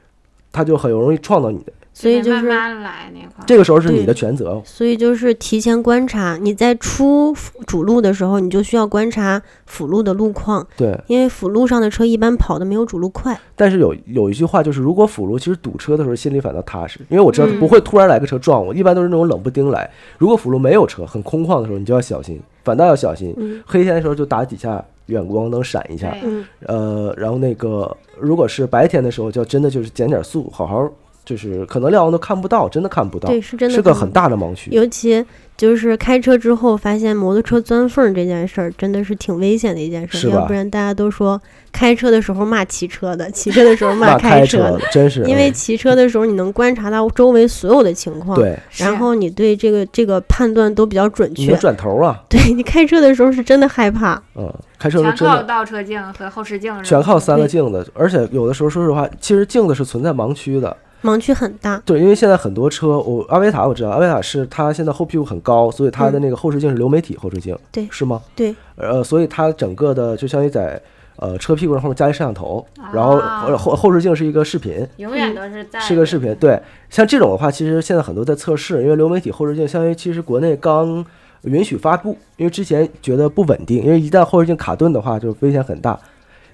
[SPEAKER 1] 它就很容易撞到你的。
[SPEAKER 3] 所以
[SPEAKER 2] 得
[SPEAKER 3] 就是
[SPEAKER 2] 慢慢来那块儿。
[SPEAKER 1] 这个时候是你
[SPEAKER 3] 对
[SPEAKER 1] 的全责哦，
[SPEAKER 3] 所以就是提前观察，你在出主路的时候，你就需要观察辅路的路况，
[SPEAKER 1] 对。
[SPEAKER 3] 因为辅路上的车一般跑的没有主路快。
[SPEAKER 1] 但是有有一句话就是，如果辅路其实堵车的时候，心里反倒踏实，因为我知道
[SPEAKER 2] 嗯
[SPEAKER 1] 不会突然来个车撞我，一般都是那种冷不丁来。如果辅路没有车，很空旷的时候，你就要小心，反倒要小心。
[SPEAKER 3] 嗯
[SPEAKER 1] 黑天的时候就打几下远光灯闪一下，
[SPEAKER 2] 对，
[SPEAKER 3] 嗯，
[SPEAKER 1] 呃，然后那个如果是白天的时候，就真的就是减点速，好好就是可能亮光都看不到，真的看不到，
[SPEAKER 3] 对，是真的
[SPEAKER 1] 是个
[SPEAKER 3] 看
[SPEAKER 1] 很
[SPEAKER 3] 不到。
[SPEAKER 1] 大的盲区。
[SPEAKER 3] 尤其就是开车之后发现摩托车钻缝儿这件事儿，真的是挺危险的一件
[SPEAKER 1] 是
[SPEAKER 3] 事儿。
[SPEAKER 1] 吧
[SPEAKER 3] 要不然大家都说开车的时候骂骑车的，骑车的时候骂
[SPEAKER 1] 那开
[SPEAKER 3] 车的，
[SPEAKER 1] 真是
[SPEAKER 3] 因为
[SPEAKER 1] 嗯
[SPEAKER 3] 骑车的时候你能观察到周围所有的情况，
[SPEAKER 1] 对，
[SPEAKER 3] 然后你对这个这个判断都比较准
[SPEAKER 1] 你
[SPEAKER 3] 确
[SPEAKER 1] 能。转头啊，
[SPEAKER 3] 对你开车的时候是真的害怕，
[SPEAKER 1] 嗯，开车
[SPEAKER 2] 是
[SPEAKER 1] 是
[SPEAKER 2] 全
[SPEAKER 1] 真
[SPEAKER 2] 靠
[SPEAKER 1] 的。
[SPEAKER 2] 倒车镜和后视镜是吧，
[SPEAKER 1] 全靠三个
[SPEAKER 3] 对
[SPEAKER 1] 镜子，而且有的时候，说实话，其实镜子是存在盲区的。
[SPEAKER 3] 盲区很大。
[SPEAKER 1] 对，因为现在很多车，我阿维塔我知道，阿维塔是它现在后屁股很高，所以它的那个后视镜是流媒体后视镜，
[SPEAKER 3] 对
[SPEAKER 1] 是吗？
[SPEAKER 3] 对，
[SPEAKER 1] 呃，所以它整个的就相当于在呃车屁股上后面加一摄像头，然后
[SPEAKER 2] 啊
[SPEAKER 1] 呃后后视镜是一个视频，
[SPEAKER 2] 永远都是
[SPEAKER 3] 嗯
[SPEAKER 2] 在
[SPEAKER 1] 是个视频。对，像这种的话，其实现在很多在测试，因为流媒体后视镜相当于其实国内刚允许发布，因为之前觉得不稳定，因为一旦后视镜卡顿的话，就危险很大。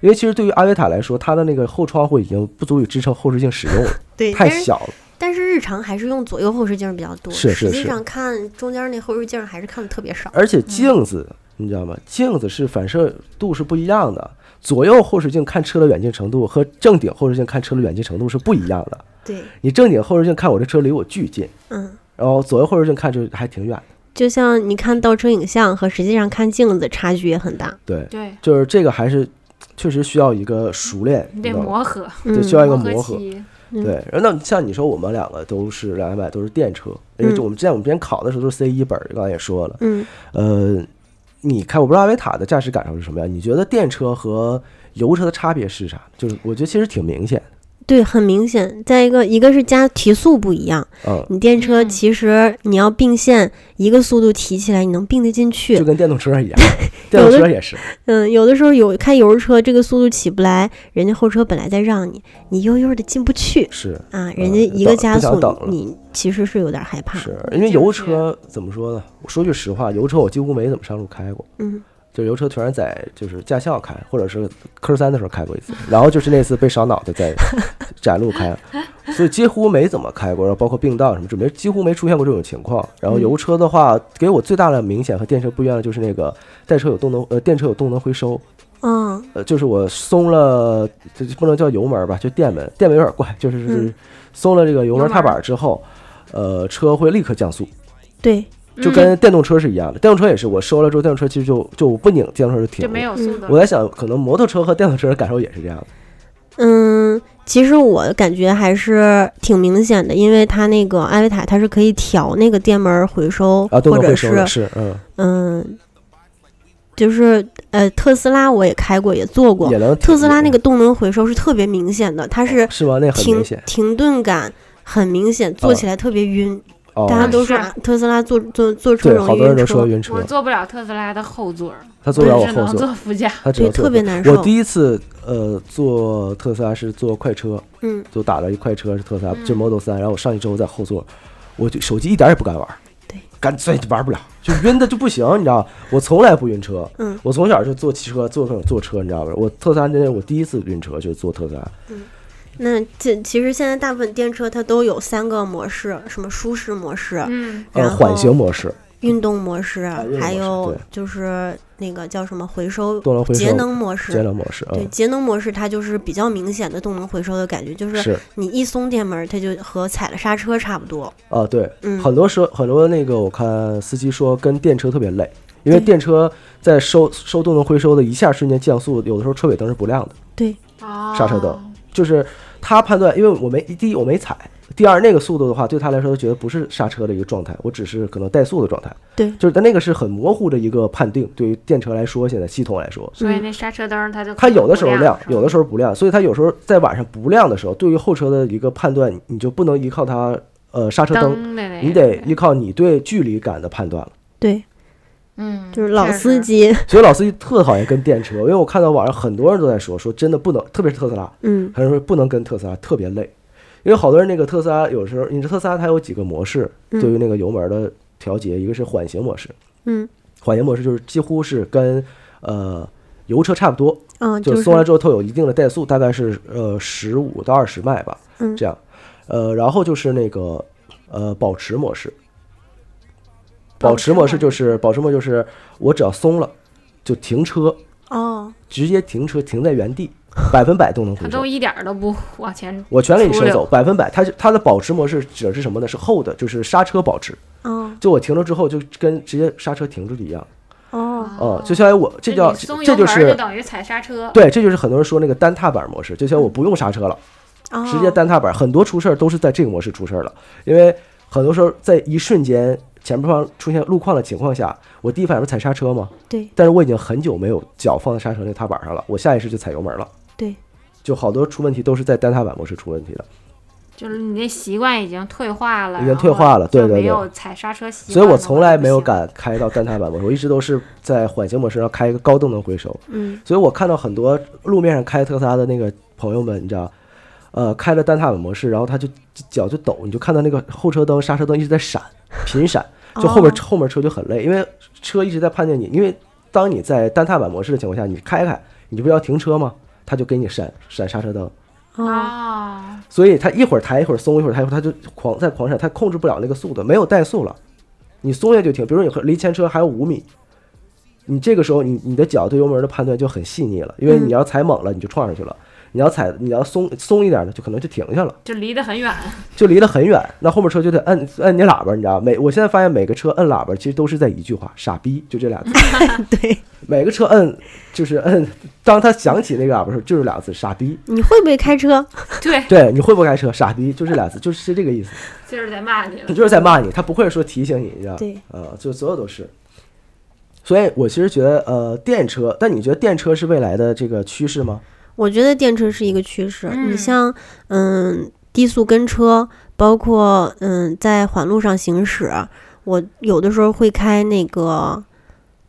[SPEAKER 1] 因为其实对于阿维塔来说，它的那个后窗户已经不足以支撑后视镜使用了，
[SPEAKER 3] 对，
[SPEAKER 1] 太
[SPEAKER 3] 但是
[SPEAKER 1] 小了。
[SPEAKER 3] 但是日常还是用左右后视镜比较多，
[SPEAKER 1] 是是
[SPEAKER 3] 实际
[SPEAKER 1] 是
[SPEAKER 3] 上看中间那后视镜还是看的特别少。
[SPEAKER 1] 而且镜子，你知道吗？镜子是反射度是不一样的，左右后视镜看车的远近程度和正顶后视镜看车的远近程度是不一样的。
[SPEAKER 3] 对，
[SPEAKER 1] 你正顶后视镜看我这车离我巨近，
[SPEAKER 3] 嗯，
[SPEAKER 1] 然后左右后视镜看就还挺远。
[SPEAKER 3] 就像你看倒车影像和实际上看镜子差距也很大。
[SPEAKER 1] 对，
[SPEAKER 2] 对，
[SPEAKER 1] 就是这个还是确实需要一个熟练，
[SPEAKER 2] 你
[SPEAKER 1] 知
[SPEAKER 2] 得
[SPEAKER 1] 道吗
[SPEAKER 2] 磨合，
[SPEAKER 1] 对，
[SPEAKER 3] 嗯
[SPEAKER 1] 需要一个
[SPEAKER 2] 磨
[SPEAKER 1] 磨合。
[SPEAKER 2] 期，
[SPEAKER 3] 嗯
[SPEAKER 1] 对，然后那像你说，我们两个都是两百都是电车，因为就我们之前我们之前考的时候都是 C 一本儿，刚才也说了，
[SPEAKER 3] 嗯，
[SPEAKER 1] 呃，你开我不知道阿维塔的驾驶感受是什么样？你觉得电车和油车的差别是啥？就是我觉得其实挺明显的。
[SPEAKER 3] 对，很明显。再一个，一个是加提速不一样，
[SPEAKER 1] 嗯，
[SPEAKER 3] 你电车
[SPEAKER 2] 嗯
[SPEAKER 3] 其实你要并线，一个速度提起来，你能并得进去
[SPEAKER 1] 就。跟电动车一样，电动车也是，
[SPEAKER 3] 嗯，有的时候有开油车，这个速度起不来，人家后车本来在让你，你悠悠的进不去
[SPEAKER 1] 是
[SPEAKER 3] 啊，
[SPEAKER 1] 嗯
[SPEAKER 3] 人家一
[SPEAKER 1] 不想
[SPEAKER 3] 个加
[SPEAKER 1] 不想
[SPEAKER 3] 速
[SPEAKER 1] 等了，
[SPEAKER 3] 你其实是有点害怕。
[SPEAKER 1] 是，因为油车怎么说呢？我说句实话，油车我几乎没怎么上路开过，
[SPEAKER 3] 嗯，
[SPEAKER 1] 就是油车全是在就是驾校开，或者是科三的时候开过一次， 然后就是那次被烧脑袋 在窄路开，所以几乎没怎么开过，然后包括并道什么，就没几乎没出现过这种情况。然后油车的话，给我最大的明显和电车不一样的就是那个带车有动能，呃，电车有动能回收，
[SPEAKER 3] 嗯，
[SPEAKER 1] 呃，就是我松了，这不能叫油门吧，就电门，电门有点怪，就是、
[SPEAKER 3] 嗯
[SPEAKER 1] 松了这个油门
[SPEAKER 2] 油门
[SPEAKER 1] 踏板之后，呃，车会立刻降速，
[SPEAKER 3] 对，
[SPEAKER 2] 嗯
[SPEAKER 1] 就跟电动车是一样的。电动车也是，我收了之后，电动车其实就就不拧，电动车就停
[SPEAKER 2] 就
[SPEAKER 1] 了。
[SPEAKER 2] 没有速度
[SPEAKER 1] 我
[SPEAKER 2] 了。
[SPEAKER 1] 在想，可能摩托车和电动车的感受也是这样的。
[SPEAKER 3] 嗯，其实我感觉还是挺明显的，因为它那个艾维塔它是可以调那个电门回收，
[SPEAKER 1] 啊，动
[SPEAKER 3] 或
[SPEAKER 1] 能
[SPEAKER 3] 者
[SPEAKER 1] 回收
[SPEAKER 3] 是
[SPEAKER 1] 的是，嗯，
[SPEAKER 3] 嗯，就是呃特斯拉我也开过，也做过
[SPEAKER 1] 也。能
[SPEAKER 3] 特斯拉那
[SPEAKER 1] 个
[SPEAKER 3] 个动能回收是特别明显的，它是
[SPEAKER 1] 是吗？那很
[SPEAKER 3] 停
[SPEAKER 1] 明显，
[SPEAKER 3] 停顿感很明显，坐起来特别晕。
[SPEAKER 1] 哦，
[SPEAKER 3] 大家都说
[SPEAKER 2] 是
[SPEAKER 3] 啊特斯拉坐坐坐车
[SPEAKER 1] 对，
[SPEAKER 3] 容
[SPEAKER 1] 好
[SPEAKER 3] 易
[SPEAKER 1] 多人
[SPEAKER 3] 晕
[SPEAKER 1] 都说
[SPEAKER 3] 车，
[SPEAKER 1] 晕车
[SPEAKER 2] 我，坐不了特斯拉的后座儿，
[SPEAKER 1] 他坐
[SPEAKER 2] 我
[SPEAKER 1] 不了我
[SPEAKER 2] 只
[SPEAKER 1] 后
[SPEAKER 2] 能
[SPEAKER 1] 座，
[SPEAKER 2] 坐 副驾。
[SPEAKER 1] 他只
[SPEAKER 3] 对，
[SPEAKER 1] 能坐
[SPEAKER 3] 特别难
[SPEAKER 1] 我
[SPEAKER 3] 受。
[SPEAKER 1] 第一次呃坐特斯拉是坐快车，
[SPEAKER 3] 嗯，
[SPEAKER 1] 就打了一快车是特斯拉，
[SPEAKER 2] 嗯
[SPEAKER 1] 就 Model 三，然后我上去之后在后座，我就手机一点也不敢玩，
[SPEAKER 3] 对，
[SPEAKER 1] 干脆就玩不了，就晕的就不行，你知道吗？我从来不晕车，
[SPEAKER 3] 嗯，
[SPEAKER 1] 我从小就坐汽车，坐各种坐车，你知道吗？我特斯拉真的我第一次晕车就是坐特斯拉，
[SPEAKER 3] 那这其实现在大部分电车它都有三个模式，什么舒适模式、
[SPEAKER 2] 嗯，
[SPEAKER 3] 然
[SPEAKER 1] 呃，
[SPEAKER 3] 后
[SPEAKER 1] 缓行模式，
[SPEAKER 3] 运动模式，
[SPEAKER 1] 啊运动模
[SPEAKER 3] 还
[SPEAKER 1] 式
[SPEAKER 3] 有
[SPEAKER 1] 对
[SPEAKER 3] 就是那个叫什么回收
[SPEAKER 1] 动能回收
[SPEAKER 3] 节能模
[SPEAKER 1] 节
[SPEAKER 3] 式。
[SPEAKER 1] 能模式，
[SPEAKER 3] 对
[SPEAKER 1] 嗯，
[SPEAKER 3] 节能模式，它就是比较明显的动能回收的感觉，就是
[SPEAKER 1] 是，
[SPEAKER 3] 你一松电门，它就和踩了刹车差不多。
[SPEAKER 1] 啊，对，
[SPEAKER 3] 嗯，
[SPEAKER 1] 很多时候很多那个我看司机说跟电车特别累，因为
[SPEAKER 3] 对
[SPEAKER 1] 电车在收收动能回收的一下瞬间降速，有的时候车尾灯是不亮的。
[SPEAKER 2] 哦，
[SPEAKER 1] 刹车灯就是他判断，因为我没第一我没踩，第二那个速度的话，对他来说他觉得不是刹车的一个状态，我只是可能怠速的状态。
[SPEAKER 3] 对
[SPEAKER 1] 就是但那个是很模糊的一个判定，对于电车来说，现在系统来说，
[SPEAKER 2] 所以那刹车灯儿它就
[SPEAKER 1] 它有的时候亮，有的
[SPEAKER 2] 时
[SPEAKER 1] 时候不亮，所以它有时候在晚上不亮的时候，对于后车的一个判断，你就不能依靠它呃刹车灯，
[SPEAKER 2] 灯的那个，
[SPEAKER 1] 你得依靠你对距离感的判断了。
[SPEAKER 3] 对，
[SPEAKER 2] 嗯，
[SPEAKER 3] 就是老
[SPEAKER 2] 确实
[SPEAKER 3] 司，机，
[SPEAKER 1] 所以老司机特讨厌跟电车，因为我看到网上很多人都在说，说真的不能，特别是特斯拉，
[SPEAKER 3] 嗯
[SPEAKER 1] 他说不能跟特斯拉特别累，因为好多人那个特斯拉有时候，你知道特斯拉它有几个模式，
[SPEAKER 3] 嗯
[SPEAKER 1] 对于那个油门的调节，一个是缓行模式，
[SPEAKER 3] 嗯
[SPEAKER 1] 缓行模式就是几乎是跟呃油车差不多，
[SPEAKER 3] 嗯，
[SPEAKER 1] 就是松了之后它有一定的怠速，大概是呃十五到二十迈吧，
[SPEAKER 3] 嗯
[SPEAKER 1] 这样，呃，然后就是那个呃保持模式，保持模式就是保持模式就是我只要松了就停车，
[SPEAKER 3] 哦，
[SPEAKER 1] 直接停车停在原地，百分百动能
[SPEAKER 2] 它
[SPEAKER 1] 回收
[SPEAKER 2] 都。一点儿都不往前，
[SPEAKER 1] 我全给你收
[SPEAKER 2] 粗
[SPEAKER 1] 走，
[SPEAKER 2] 溜
[SPEAKER 1] 百分百。它是它的保持模式指的是什么呢？是后的，就是刹车保持。
[SPEAKER 3] 哦
[SPEAKER 1] 就我停了之后，就跟直接刹车停住一样。
[SPEAKER 3] 哦，
[SPEAKER 1] 啊，就相当于我这叫
[SPEAKER 2] 你松
[SPEAKER 1] 这
[SPEAKER 2] 油门
[SPEAKER 1] 就
[SPEAKER 2] 儿
[SPEAKER 1] 是
[SPEAKER 2] 等于踩刹车，
[SPEAKER 1] 对，这就是很多人说那个单踏板模式，就像我不用刹车了，
[SPEAKER 3] 哦
[SPEAKER 1] 直接单踏板。很多出事儿都是在这个模式出事儿了，因为很多时候在一瞬间前面方出现路况的情况下，我第一反应不是踩刹车吗？
[SPEAKER 3] 对
[SPEAKER 1] 但是我已经很久没有脚放在刹车那踏板上了，我下意识就踩油门了。
[SPEAKER 3] 对，
[SPEAKER 1] 就好多出问题都是在单踏板模式出问题的。
[SPEAKER 2] 就是你那习惯已经退化了，
[SPEAKER 1] 已经
[SPEAKER 2] 然
[SPEAKER 1] 退
[SPEAKER 2] 后
[SPEAKER 1] 化了对
[SPEAKER 2] 就
[SPEAKER 1] 对
[SPEAKER 2] 没
[SPEAKER 1] 对
[SPEAKER 2] 有踩刹车习惯，
[SPEAKER 1] 所以我从来没有。敢开到单踏板模式，我一直都是在缓行模式上开一个高动能回收。
[SPEAKER 3] 嗯
[SPEAKER 1] 所以我看到很多路面上开特斯拉的那个朋友们，你知道，呃，开了单踏板模式，然后他就脚就抖，你就看到那个后车灯、刹车灯一直在闪，频闪，就后面、
[SPEAKER 3] 哦
[SPEAKER 1] 后面车就很累，因为车一直在判定你，因为当你在单踏板模式的情况下，你开开，你不是要停车吗？他就给你闪闪刹车灯，
[SPEAKER 3] 哦
[SPEAKER 2] 哦，
[SPEAKER 1] 所以它一会儿抬一会儿松，一会儿抬一会儿，它就狂在狂闪，它控制不了那个速度，没有怠速了。你松下就停，比如你和离前车还有五米，你这个时候你你的脚对油门的判断就很细腻了，因为
[SPEAKER 3] 嗯
[SPEAKER 1] 你要踩猛了你就撞上去了，你要踩你要松松一点呢，就可能就停下了，
[SPEAKER 2] 就离得很 远，
[SPEAKER 1] 就离得很远，那后面车就得摁摁你喇叭，你知道每我现在发现每个车摁喇叭其实都是在一句话“傻逼”，就这俩字。
[SPEAKER 3] 对，
[SPEAKER 1] 每个车摁就是摁，当他响起那个喇叭的时候就是俩字“傻逼
[SPEAKER 3] 你会不会开车？”。
[SPEAKER 2] 对，
[SPEAKER 1] 对，你会不会开车？傻逼，就这俩字，就是是这个意思。
[SPEAKER 2] 就是在骂你了
[SPEAKER 1] 他。就是在骂你，他不会说提醒你，你知道？
[SPEAKER 3] 对，
[SPEAKER 1] 啊，就所有都是。所以，我其实觉得，呃，电车，但你觉得电车是未来的这个趋势吗？
[SPEAKER 3] 我觉得电车是一个趋势。你
[SPEAKER 2] 嗯
[SPEAKER 3] 像，嗯，低速跟车，包括嗯，在缓路上行驶，我有的时候会开那个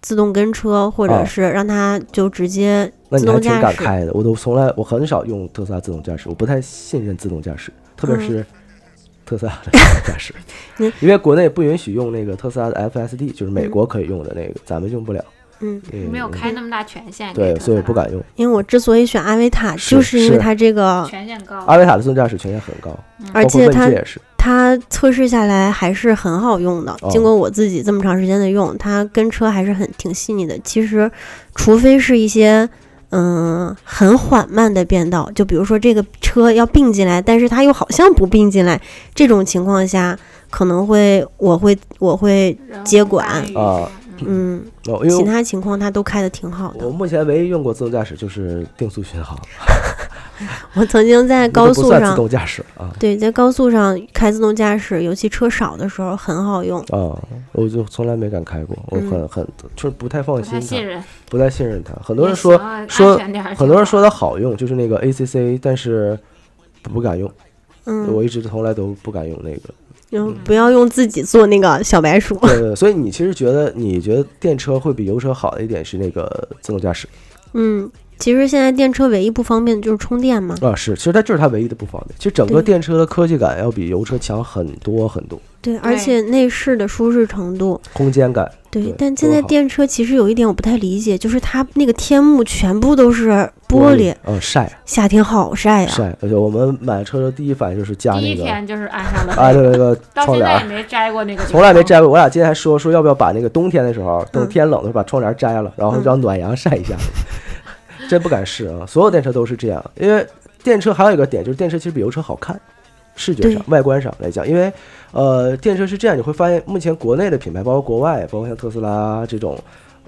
[SPEAKER 3] 自动跟车，或
[SPEAKER 1] 哦
[SPEAKER 3] 者是让它就直接
[SPEAKER 1] 那
[SPEAKER 3] 自
[SPEAKER 1] 你还
[SPEAKER 3] 动
[SPEAKER 1] 挺
[SPEAKER 3] 驾
[SPEAKER 1] 敢
[SPEAKER 3] 驶。
[SPEAKER 1] 开的，我都从来我很少用特斯拉自动驾驶，我不太信任自动驾驶，特别
[SPEAKER 3] 嗯
[SPEAKER 1] 是特斯拉的自动驾驶
[SPEAKER 3] 你，
[SPEAKER 1] 因为国内不允许用那个特斯拉的 FSD，就是美国可以用的那个，咱们用不了。
[SPEAKER 3] 嗯，
[SPEAKER 1] 嗯
[SPEAKER 2] 没有开那么大权限给
[SPEAKER 1] 对，
[SPEAKER 2] 特斯
[SPEAKER 1] 所以我
[SPEAKER 2] 拉哦
[SPEAKER 1] 不敢用。
[SPEAKER 3] 因为我之所以选阿维塔，
[SPEAKER 1] 是
[SPEAKER 3] 就是因为
[SPEAKER 1] 是
[SPEAKER 3] 它这个，
[SPEAKER 2] 权限高。
[SPEAKER 1] 阿维塔的自动驾驶权限很高，包
[SPEAKER 3] 而
[SPEAKER 1] 括
[SPEAKER 3] 且
[SPEAKER 1] 问
[SPEAKER 3] 它
[SPEAKER 1] 界也是。
[SPEAKER 3] 它测试下来还是很好用的
[SPEAKER 1] 哦。
[SPEAKER 3] 经过我自己这么长时间的用，它跟车还是很挺细腻的。其实，除非是一些嗯很缓慢的变道，就比如说这个车要并进来，但是它又好像不并进来，这种情况下可能会我会我会
[SPEAKER 2] 人
[SPEAKER 3] 接
[SPEAKER 2] 无大
[SPEAKER 3] 管
[SPEAKER 1] 啊
[SPEAKER 2] 于是吧嗯
[SPEAKER 3] 嗯，
[SPEAKER 1] 哦，因为
[SPEAKER 3] 其
[SPEAKER 1] 我
[SPEAKER 3] 他情况它都开的挺好的
[SPEAKER 1] 我。目前唯一用过自动驾驶就是定速巡航，
[SPEAKER 3] 我曾经在
[SPEAKER 1] 那都
[SPEAKER 3] 高
[SPEAKER 1] 不
[SPEAKER 3] 速
[SPEAKER 1] 算自
[SPEAKER 3] 上。
[SPEAKER 1] 动驾驶了啊。
[SPEAKER 3] 对，在高速上开自动驾驶，尤其车少的时候很好用。
[SPEAKER 1] 啊，我就从来没敢开过，我
[SPEAKER 3] 嗯
[SPEAKER 1] 很很就是不太放
[SPEAKER 2] 不太
[SPEAKER 1] 心
[SPEAKER 2] 信
[SPEAKER 1] 它，
[SPEAKER 2] 任。啊
[SPEAKER 1] 不太信任它。很
[SPEAKER 2] 很
[SPEAKER 1] 多人说，说很多人说
[SPEAKER 2] 的
[SPEAKER 1] 它好用，就是那个 ACC，但是不敢用，
[SPEAKER 3] 嗯，
[SPEAKER 1] 我一嗯直从来都不敢用那个。
[SPEAKER 3] 就不要用自己做那个小白鼠。
[SPEAKER 1] 对对，对所以你其实觉得，你觉得电车会比油车好的一点是那个自动驾驶
[SPEAKER 3] 嗯，其实现在电车唯一不方便的就是充电嘛。
[SPEAKER 2] 嗯
[SPEAKER 1] 啊？是，其实它就是它唯一的不方便。其实整个
[SPEAKER 3] 对
[SPEAKER 1] 电车的科技感要比油车强很多很多，
[SPEAKER 3] 对，而
[SPEAKER 2] 对
[SPEAKER 3] 且内饰的舒适程度。
[SPEAKER 1] 空间感。
[SPEAKER 3] 对
[SPEAKER 1] 对，
[SPEAKER 3] 但现
[SPEAKER 1] 多
[SPEAKER 3] 在
[SPEAKER 1] 好
[SPEAKER 3] 电车其实有一点我不太理解，就是它那个天幕全部都是玻璃，
[SPEAKER 1] 嗯，晒
[SPEAKER 3] 夏天好晒啊呀、
[SPEAKER 1] 晒，而且我们买车的第一反应就是加
[SPEAKER 2] 啊第
[SPEAKER 1] 那
[SPEAKER 2] 一
[SPEAKER 1] 个，
[SPEAKER 2] 天就是安上了
[SPEAKER 1] 啊，
[SPEAKER 2] 灯，
[SPEAKER 1] 对那个
[SPEAKER 2] 到
[SPEAKER 1] 窗
[SPEAKER 2] 现
[SPEAKER 1] 帘
[SPEAKER 2] 在也
[SPEAKER 1] 儿，
[SPEAKER 2] 没摘过那个，
[SPEAKER 1] 从来没。摘过。我俩今天还说说要不要把那个冬天的时候，等
[SPEAKER 3] 嗯
[SPEAKER 1] 天冷的时候把窗帘摘了，然后
[SPEAKER 3] 嗯
[SPEAKER 1] 让暖阳晒一下。 真不敢试啊！所有电车都是这样，因为电车还有一个点就是电车其实比油车好看，视觉上
[SPEAKER 3] 对、
[SPEAKER 1] 外观上来讲，因为呃，电车是这样，你会发现目前国内的品牌，包括国外，包括像特斯拉这种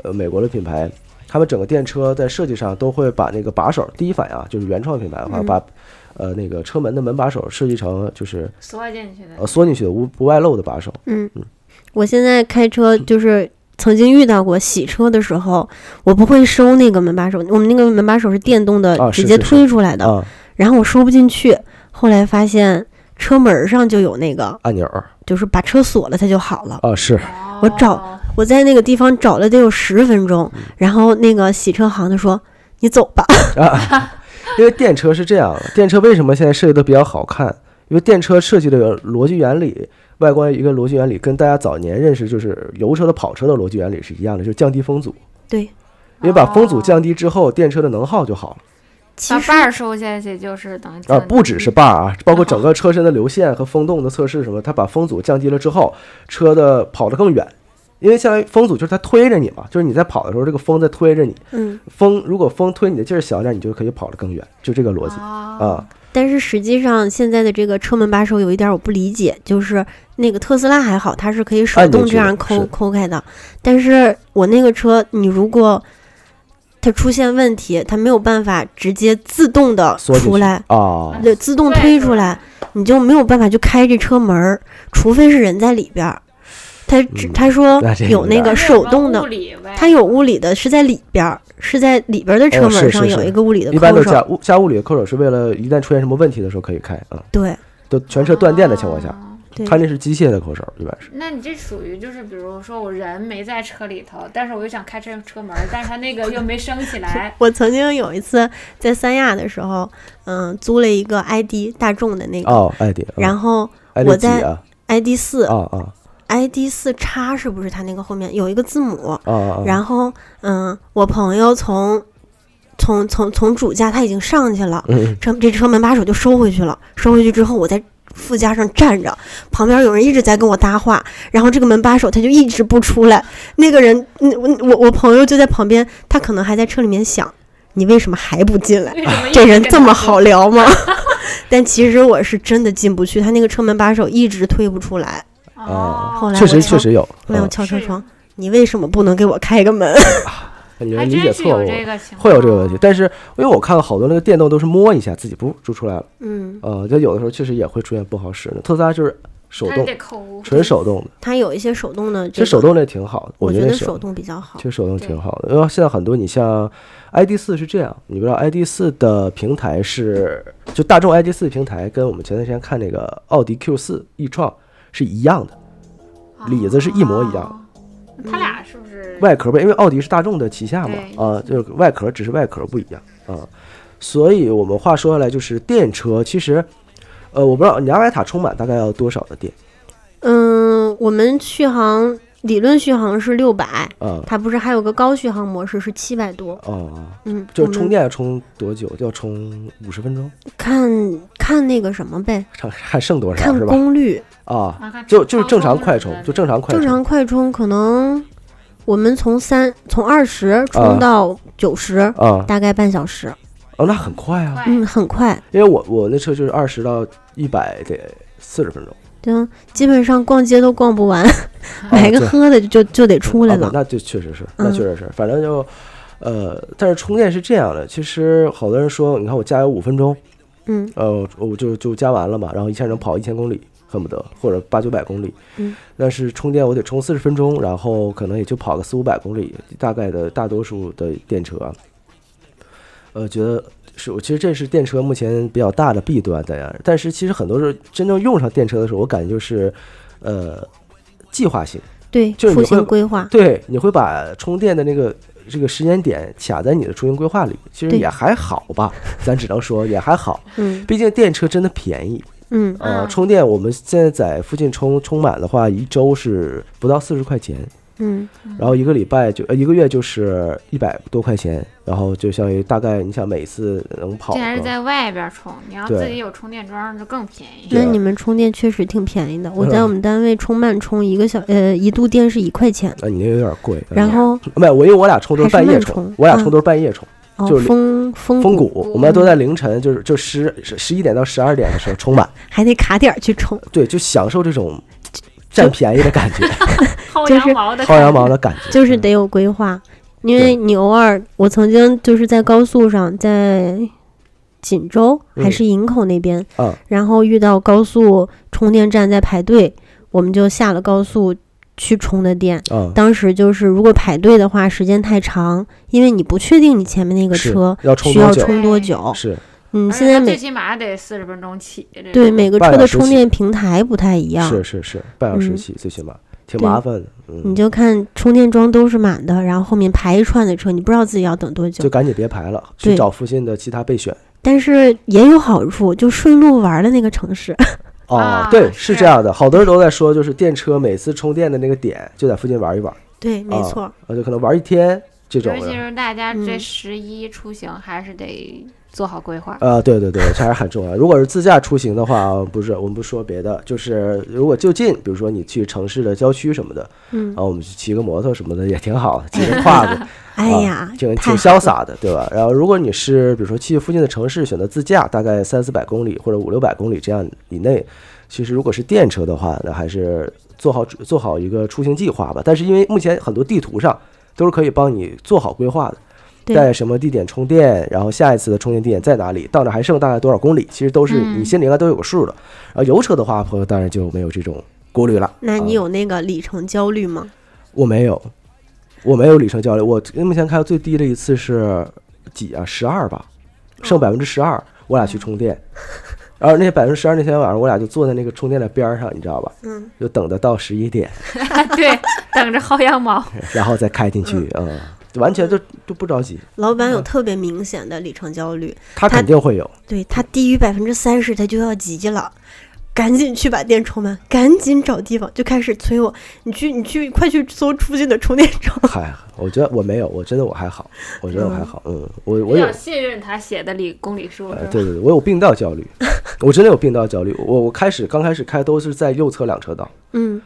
[SPEAKER 1] 呃美国的品牌，他们整个电车在设计上都会把那个把手，第一反应啊，就是原创品牌的话，
[SPEAKER 3] 嗯
[SPEAKER 1] 把呃那个车门的门把手设计成就是
[SPEAKER 2] 缩进去的
[SPEAKER 1] 呃，缩进去的无不外露的把手。
[SPEAKER 3] 嗯，我现在开
[SPEAKER 1] 嗯
[SPEAKER 3] 车就是曾经遇到过洗车的时候，我不会收那个门把手，我们那个门把手是电动的，
[SPEAKER 1] 啊
[SPEAKER 3] 直
[SPEAKER 1] 是
[SPEAKER 3] 接
[SPEAKER 1] 是是
[SPEAKER 3] 推出来的，
[SPEAKER 1] 啊、
[SPEAKER 3] 然后我收不进去，后来发现车门儿上就有那个，
[SPEAKER 1] 按钮儿
[SPEAKER 3] 就是把车锁了它就好了。
[SPEAKER 1] 啊，是
[SPEAKER 2] 哦
[SPEAKER 3] 我找我在那个地方找了得有十分钟，然后那个洗车行的说：“你走吧。
[SPEAKER 1] 因为电车是这样，电车为什么现在设计的比较好看？因为电车设计的逻辑原理，外观一个逻辑原理跟大家早年认识就是油车的跑车的逻辑原理是一样的，就是降低风阻。”
[SPEAKER 3] 对，
[SPEAKER 1] 因为把风阻降低之后，电车的能耗就好了。
[SPEAKER 3] 其
[SPEAKER 2] 把
[SPEAKER 3] 实
[SPEAKER 2] 把儿收下去就是等于
[SPEAKER 1] 啊，
[SPEAKER 2] 降
[SPEAKER 1] 不只是
[SPEAKER 2] 低
[SPEAKER 1] 把儿啊，包括整个车身的流线和风洞的测试什么，它把风阻降低了之后，车的跑得更远。因为相当于风阻就是它推着你嘛，就是你在跑的时候，这个风在推着你。
[SPEAKER 3] 嗯，
[SPEAKER 1] 风如果风推你的劲儿小点儿，你就可以跑得更远，就这个逻辑
[SPEAKER 2] 啊
[SPEAKER 1] 啊。
[SPEAKER 3] 但是实际上现在的这个车门把手有一点我不理解，就是那个特斯拉还好，它是可以手
[SPEAKER 1] 按进
[SPEAKER 3] 动
[SPEAKER 1] 去
[SPEAKER 3] 这样
[SPEAKER 1] 的
[SPEAKER 3] 抠
[SPEAKER 1] 是
[SPEAKER 3] 抠开的，但是我那个车，你如果它出现问题，它没有办法直接自动的
[SPEAKER 1] 缩进去
[SPEAKER 3] 出来，
[SPEAKER 1] 啊，
[SPEAKER 3] 对，自动推出来。，你就没有办法去开这车门儿，除非是人在里边儿。他只
[SPEAKER 1] 嗯
[SPEAKER 3] 他说
[SPEAKER 1] 那这个
[SPEAKER 3] 有那
[SPEAKER 1] 有
[SPEAKER 3] 个手动的，他
[SPEAKER 2] 它
[SPEAKER 3] 有物理的，是在里边儿，是在里边儿的车
[SPEAKER 1] 哦是
[SPEAKER 3] 门上
[SPEAKER 1] 是
[SPEAKER 3] 有
[SPEAKER 1] 是
[SPEAKER 3] 一个物理的
[SPEAKER 1] 一般
[SPEAKER 3] 扣
[SPEAKER 1] 都
[SPEAKER 3] 手。
[SPEAKER 1] 加物加物理的扣手是为了一旦出现什么问题的时候可以开啊，
[SPEAKER 3] 对
[SPEAKER 1] 都全车断电的情况下，
[SPEAKER 3] 哦
[SPEAKER 2] 哦
[SPEAKER 3] 对，，
[SPEAKER 1] 它那是机械的扣手，一般是。
[SPEAKER 2] 那你这属于就是，比如说我人没在车里头，但是我又想开车车门，但是它那个又没升起来
[SPEAKER 3] 我曾经有一次在三亚的时候，嗯，租了一个 ID 大众的那个，
[SPEAKER 1] 哦，艾迪，嗯
[SPEAKER 3] 然后
[SPEAKER 1] 艾
[SPEAKER 3] 我
[SPEAKER 1] 迪几
[SPEAKER 3] 在呃
[SPEAKER 1] 啊？
[SPEAKER 3] ID 四、
[SPEAKER 1] 啊啊
[SPEAKER 3] ID 四叉是不是它那个后面有一个字母？
[SPEAKER 1] 啊啊！
[SPEAKER 3] 然后，嗯，我朋友从从从从主驾他已经上去了，
[SPEAKER 1] 嗯
[SPEAKER 3] 车这车门把手就收回去了。收回去之后，我在副驾上站着，旁边有人一直在跟我搭话，然后这个门把手他就一直不出来。那个人，嗯我我我朋友就在旁边，他可能还在车里面想，你为什么还不进来？
[SPEAKER 2] 为什么一直
[SPEAKER 3] 这人
[SPEAKER 2] 跟
[SPEAKER 3] 这
[SPEAKER 2] 它说
[SPEAKER 3] 么好？聊吗？ 但其实我是真的进不去，他那个车门把手一直推不出来。
[SPEAKER 2] 哦，
[SPEAKER 3] 后来
[SPEAKER 1] 确
[SPEAKER 3] 我
[SPEAKER 1] 实
[SPEAKER 3] 敲
[SPEAKER 1] 确实有，
[SPEAKER 3] 后来我
[SPEAKER 1] 嗯
[SPEAKER 3] 敲车
[SPEAKER 2] 是
[SPEAKER 3] 窗，你为什么不能给我开个门？
[SPEAKER 1] 你的
[SPEAKER 2] 还
[SPEAKER 1] 理
[SPEAKER 2] 真
[SPEAKER 1] 解
[SPEAKER 2] 是
[SPEAKER 1] 错
[SPEAKER 2] 有
[SPEAKER 1] 误，哦
[SPEAKER 2] 这个情况，
[SPEAKER 1] 会有这个问题。但是因为我看好多那个电动都是摸一下自己不就出来了，
[SPEAKER 3] 嗯，
[SPEAKER 1] 呃，就有的时候确实也会出现不好使的。特斯拉就是手
[SPEAKER 2] 它是
[SPEAKER 1] 动
[SPEAKER 2] 得，抠，
[SPEAKER 1] 纯手动的。
[SPEAKER 3] 它有一些手动的、
[SPEAKER 1] 其
[SPEAKER 3] 这
[SPEAKER 1] 实手
[SPEAKER 3] 个，
[SPEAKER 1] 动这挺好的，
[SPEAKER 3] 我
[SPEAKER 1] 觉
[SPEAKER 3] 觉得
[SPEAKER 1] 手
[SPEAKER 3] 手动比较好
[SPEAKER 1] 其。实手动
[SPEAKER 2] 对
[SPEAKER 1] 挺好的，因为现在很多你像 ID 四是这样，你不知道 ID 四的平台是就大众 ID 四平台跟我们前段时间看那个奥迪 Q 四e 创是一样的，里子是一模一样
[SPEAKER 2] 的。它啊哦俩是不是？
[SPEAKER 1] 外壳不因为奥迪是大众的旗下嘛，
[SPEAKER 2] 对
[SPEAKER 1] 啊，就是外壳只是外壳不一样啊，所以我们话说回来就是电车其实，呃，我不知道你阿莱塔充满大概要多少的电
[SPEAKER 3] 嗯，我们续航理论续航是六百，
[SPEAKER 1] 啊
[SPEAKER 3] 它不是还有个高续航模式是七百多？
[SPEAKER 1] 哦，
[SPEAKER 3] 嗯，
[SPEAKER 1] 就
[SPEAKER 3] 我
[SPEAKER 1] 充
[SPEAKER 3] 们
[SPEAKER 1] 电要充多久？要充五十分钟，
[SPEAKER 3] 看看那个什么呗，
[SPEAKER 1] 看还剩多少
[SPEAKER 3] 看
[SPEAKER 1] 是吧？
[SPEAKER 3] 功率，
[SPEAKER 1] 啊，
[SPEAKER 2] 啊看
[SPEAKER 1] 就就是正常
[SPEAKER 2] 充
[SPEAKER 1] 快
[SPEAKER 2] 是
[SPEAKER 1] 充
[SPEAKER 2] 吧，
[SPEAKER 1] 就正常快
[SPEAKER 3] 正
[SPEAKER 1] 充。
[SPEAKER 3] 常快充可能我们从三从二十
[SPEAKER 1] 啊
[SPEAKER 3] 充到九十、
[SPEAKER 1] 啊、
[SPEAKER 3] 大概半小时，
[SPEAKER 1] 哦，那很快啊，
[SPEAKER 2] 快
[SPEAKER 3] 嗯，很快。
[SPEAKER 1] 因为我我那车就是二十到一百得四十分钟，
[SPEAKER 3] 就啊基本上逛街都逛不完，
[SPEAKER 1] 啊
[SPEAKER 3] 买个
[SPEAKER 1] 对
[SPEAKER 3] 喝的就就得出来
[SPEAKER 1] 啊
[SPEAKER 3] 了
[SPEAKER 1] 不。那就确实是，那确实是，反正就，呃，但是充电是这样的，其实好多人说，你看我加油五分钟，
[SPEAKER 3] 嗯，
[SPEAKER 1] 呃，我就就加完了嘛，然后一下能跑一千公里，恨不得或者八九百公里，
[SPEAKER 3] 嗯，
[SPEAKER 1] 但是充电我得充四十分钟，然后可能也就跑个四五百公里，大概的大多数的电车啊，呃，觉得是我其实这是电车目前比较大的弊端在那儿，但是其实很多时候真正用上电车的时候，我感觉就是，呃，计划性。
[SPEAKER 3] 对，
[SPEAKER 1] 就是你
[SPEAKER 3] 出
[SPEAKER 1] 会
[SPEAKER 3] 行规划，
[SPEAKER 1] 对，你会把充电的那个这个时间点卡在你的出行规划里，其实
[SPEAKER 3] 对
[SPEAKER 1] 也还好吧，咱只能说也还好。
[SPEAKER 3] 嗯
[SPEAKER 1] 毕竟电车真的便宜，
[SPEAKER 3] 嗯，
[SPEAKER 1] 呃，
[SPEAKER 2] 嗯
[SPEAKER 1] 充电我们现在在附近充充满的话，一周是不到四十块钱，
[SPEAKER 3] 嗯，
[SPEAKER 1] 然后一个礼拜就、呃、一个月就是一百多块钱，然后就相当于大概你想每次能跑
[SPEAKER 2] 这还是
[SPEAKER 1] 个
[SPEAKER 2] 在外边充，你要
[SPEAKER 1] 嗯对
[SPEAKER 2] 自己有充电桩就更便宜。
[SPEAKER 1] 对啊
[SPEAKER 3] 那你们充电确实挺便宜的。我在
[SPEAKER 1] 嗯
[SPEAKER 3] 我们单位充慢充一个小呃一度电是一块钱，
[SPEAKER 1] 啊，你那有点贵。嗯
[SPEAKER 3] 然后
[SPEAKER 1] 没有，我因为我俩充都是
[SPEAKER 3] 还
[SPEAKER 1] 半
[SPEAKER 3] 是
[SPEAKER 1] 夜
[SPEAKER 3] 慢
[SPEAKER 1] 充
[SPEAKER 3] 充，
[SPEAKER 1] 我俩
[SPEAKER 3] 嗯
[SPEAKER 1] 充都是半夜充。
[SPEAKER 3] 哦
[SPEAKER 1] 就是
[SPEAKER 3] 风风
[SPEAKER 1] 风
[SPEAKER 3] 谷
[SPEAKER 2] 嗯
[SPEAKER 1] 谷，我们都在凌晨，就是就十十一点到十二点的时候充满。
[SPEAKER 3] 还得卡点儿去充，
[SPEAKER 1] 对，就享受这种占便宜的感 觉，
[SPEAKER 2] 薅
[SPEAKER 3] 就是
[SPEAKER 2] 羊毛的，
[SPEAKER 1] 薅羊毛。的感觉，
[SPEAKER 3] 就是
[SPEAKER 1] 嗯
[SPEAKER 3] 得有规划，因为你偶尔我曾经就是在高速上在。锦州还
[SPEAKER 1] 嗯
[SPEAKER 3] 是营口那边，
[SPEAKER 1] 嗯
[SPEAKER 3] 然后遇到高速充电站在排队，我们就下了高速去充的电，
[SPEAKER 1] 嗯，
[SPEAKER 3] 当时就是，如果排队的话，时间太长，因为你不确定你前面那个
[SPEAKER 1] 是
[SPEAKER 3] 车
[SPEAKER 1] 要充
[SPEAKER 3] 需
[SPEAKER 1] 多
[SPEAKER 3] 要
[SPEAKER 1] 久
[SPEAKER 3] 充多久。
[SPEAKER 1] 是
[SPEAKER 3] 嗯，
[SPEAKER 2] 而
[SPEAKER 3] 现
[SPEAKER 2] 且它
[SPEAKER 3] 在
[SPEAKER 2] 最
[SPEAKER 3] 每
[SPEAKER 2] 起码得四十分钟起，这
[SPEAKER 3] 对
[SPEAKER 2] 种
[SPEAKER 3] 每个
[SPEAKER 1] 半
[SPEAKER 3] 车
[SPEAKER 1] 小
[SPEAKER 3] 的
[SPEAKER 1] 时
[SPEAKER 3] 充
[SPEAKER 1] 起
[SPEAKER 3] 电平台不太一样，
[SPEAKER 1] 是是是，半小时
[SPEAKER 3] 嗯
[SPEAKER 1] 起最起码挺
[SPEAKER 3] 对
[SPEAKER 1] 麻烦的，
[SPEAKER 3] 你
[SPEAKER 1] 嗯，
[SPEAKER 3] 就看充电桩都是满的，然后后面排一串的车，你不知道自己要等多
[SPEAKER 1] 就
[SPEAKER 3] 久。
[SPEAKER 1] 赶紧别排了，去
[SPEAKER 3] 对
[SPEAKER 1] 找附近的其他备选。
[SPEAKER 3] 但是也有好处，就顺路玩的那个城市，
[SPEAKER 1] 哦
[SPEAKER 2] 啊，
[SPEAKER 1] 对，是
[SPEAKER 2] 是
[SPEAKER 1] 这样的，好多人都在说，就是电车每次充电的那个点就在附近玩一玩，
[SPEAKER 3] 对，没
[SPEAKER 1] 啊
[SPEAKER 3] 错儿，
[SPEAKER 1] 啊，就可能玩一天这种
[SPEAKER 2] 尤其
[SPEAKER 1] 的。
[SPEAKER 2] 是大家这
[SPEAKER 3] 嗯
[SPEAKER 2] 十一出行还是得做好规划。
[SPEAKER 1] 啊，对对对，这还是很重要。如果是自驾出行的话，不是我们不说别的，就是如果就近，比如说你去城市的郊区什么的，啊
[SPEAKER 3] 嗯
[SPEAKER 1] 然，后我们去骑个摩托什么的也挺好，骑个胯子，
[SPEAKER 3] 哎
[SPEAKER 1] 啊
[SPEAKER 3] 呀，
[SPEAKER 1] 挺
[SPEAKER 3] 太
[SPEAKER 1] 挺
[SPEAKER 3] 好
[SPEAKER 1] 潇
[SPEAKER 3] 了，
[SPEAKER 1] 洒的，对吧？然后如果你是比如说去附近的城市选择自驾，大概三四百公里或者五六百公里这样以内，其实如果是电车的话，那还是做好做好一个出行计划吧。但是因为目前很多地图上都是可以帮你做好规划的。
[SPEAKER 3] 对
[SPEAKER 1] 在什么地点充电，然后下一次的充电地点在哪里，到那还剩大概多少公里，其实都是你
[SPEAKER 2] 嗯
[SPEAKER 1] 心里应该都有个数的。然后油车的话，朋友当然就没有这种顾虑了。
[SPEAKER 3] 那
[SPEAKER 1] 啊
[SPEAKER 3] 你有那个里程焦虑吗？
[SPEAKER 1] 我没有，我没有里程焦虑。我目前开到最低的一次是几啊？十二吧，
[SPEAKER 2] 哦
[SPEAKER 1] 剩百分之十二，我俩去充 电。然后那百分之十二那天晚上，我俩就坐在那个充电的边儿上，你知道吧？
[SPEAKER 3] 嗯，
[SPEAKER 1] 就等着到十一 点，
[SPEAKER 2] 对，等着薅羊毛。
[SPEAKER 1] 然后再开进去，嗯，完全就就不着急。
[SPEAKER 3] 老板有特别明显的里程焦虑，
[SPEAKER 1] 他
[SPEAKER 3] 他
[SPEAKER 1] 肯定会有，
[SPEAKER 3] 对它低于百分之三十，它就要急了，赶紧去把电充满，赶紧找地方，就开始催我，你去，你去，快去搜附近的充电桩。
[SPEAKER 1] 嗨，我觉得我没有，我真的我还好，我觉得我还好，嗯，我我
[SPEAKER 2] 比
[SPEAKER 1] 有
[SPEAKER 2] 较，信任他写的里公里数，
[SPEAKER 1] 呃，
[SPEAKER 2] 是吧
[SPEAKER 1] 对对对，我有并道焦虑，我真的有并道焦虑。我我开始刚开始开都是在右侧两车道，
[SPEAKER 3] 嗯，